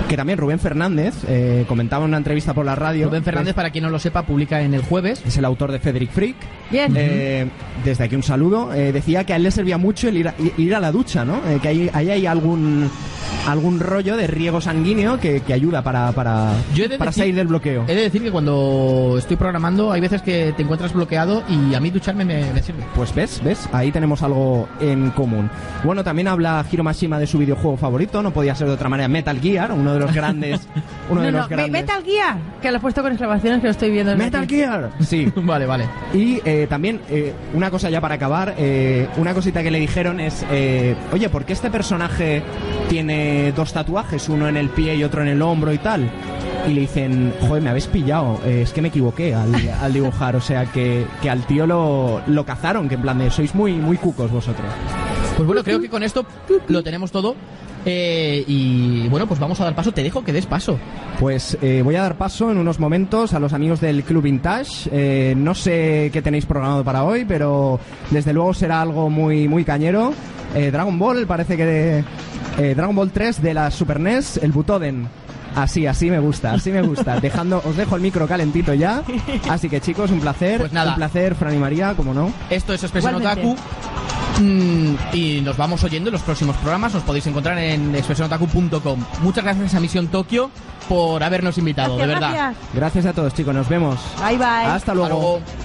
Speaker 3: Que también Rubén Fernández eh, comentaba en una entrevista por la radio. pues.
Speaker 1: Rubén Fernández, para quien no lo sepa, publica en el jueves.
Speaker 3: es el autor de Frederick Freak.
Speaker 4: Bien.
Speaker 3: Eh, desde aquí un saludo. Eh, decía que a él le servía mucho el ir a, ir a la ducha, ¿no? Eh, que ahí, ahí hay algún algún rollo de riego sanguíneo que, que ayuda para, para,
Speaker 1: Yo he de
Speaker 3: para
Speaker 1: decir-
Speaker 3: salir del bloqueo.
Speaker 1: He de decir que cuando estoy programando hay veces que te encuentras bloqueado y a mí ducharme me, me sirve. <laughs>
Speaker 3: Pues ves, ves, ahí tenemos algo en común. Bueno, también habla Hiro Mashima de su videojuego favorito, no podía ser de otra manera, Metal Gear, uno de los grandes, uno
Speaker 4: No,
Speaker 3: de los
Speaker 4: no, me-
Speaker 3: grandes.
Speaker 4: Metal Gear, que lo he puesto con exclamaciones que lo estoy viendo. en
Speaker 3: Metal
Speaker 4: aquí.
Speaker 3: Gear, sí.
Speaker 1: Vale, vale.
Speaker 3: Y eh, también, eh, una cosa ya para acabar, eh, una cosita que le dijeron es, eh, oye, ¿por qué este personaje tiene tiene dos tatuajes, uno en el pie y otro en el hombro y tal. Y le dicen, joder, me habéis pillado, eh, es que me equivoqué al, al dibujar. O sea, que, que al tío lo, lo cazaron, que en plan de, sois muy, muy cucos vosotros.
Speaker 1: Pues bueno, creo que con esto lo tenemos todo. Eh, y bueno, pues vamos a dar paso. Te dejo que des paso.
Speaker 3: Pues eh, voy a dar paso en unos momentos a los amigos del Club Vintage. Eh, no sé qué tenéis programado para hoy, pero desde luego será algo muy, muy cañero. Eh, Dragon Ball, parece que... de- eh, Dragon Ball 3 de la Super NES, el Butoden. Así, así me gusta, así
Speaker 1: <laughs>
Speaker 3: me gusta. Dejando, os dejo el micro calentito ya. Así que chicos, un placer.
Speaker 1: Pues nada.
Speaker 3: Un placer, Fran y María, como no.
Speaker 1: Esto es Expresión
Speaker 4: Igualmente.
Speaker 1: Otaku. Mm, y nos vamos oyendo en los próximos programas. Nos podéis encontrar en expresionotaku.com. Muchas gracias a Misión Tokio por habernos invitado, de verdad.
Speaker 4: Gracias.
Speaker 3: Gracias a todos chicos, nos vemos.
Speaker 4: Bye bye.
Speaker 3: Hasta luego.
Speaker 1: Hasta luego.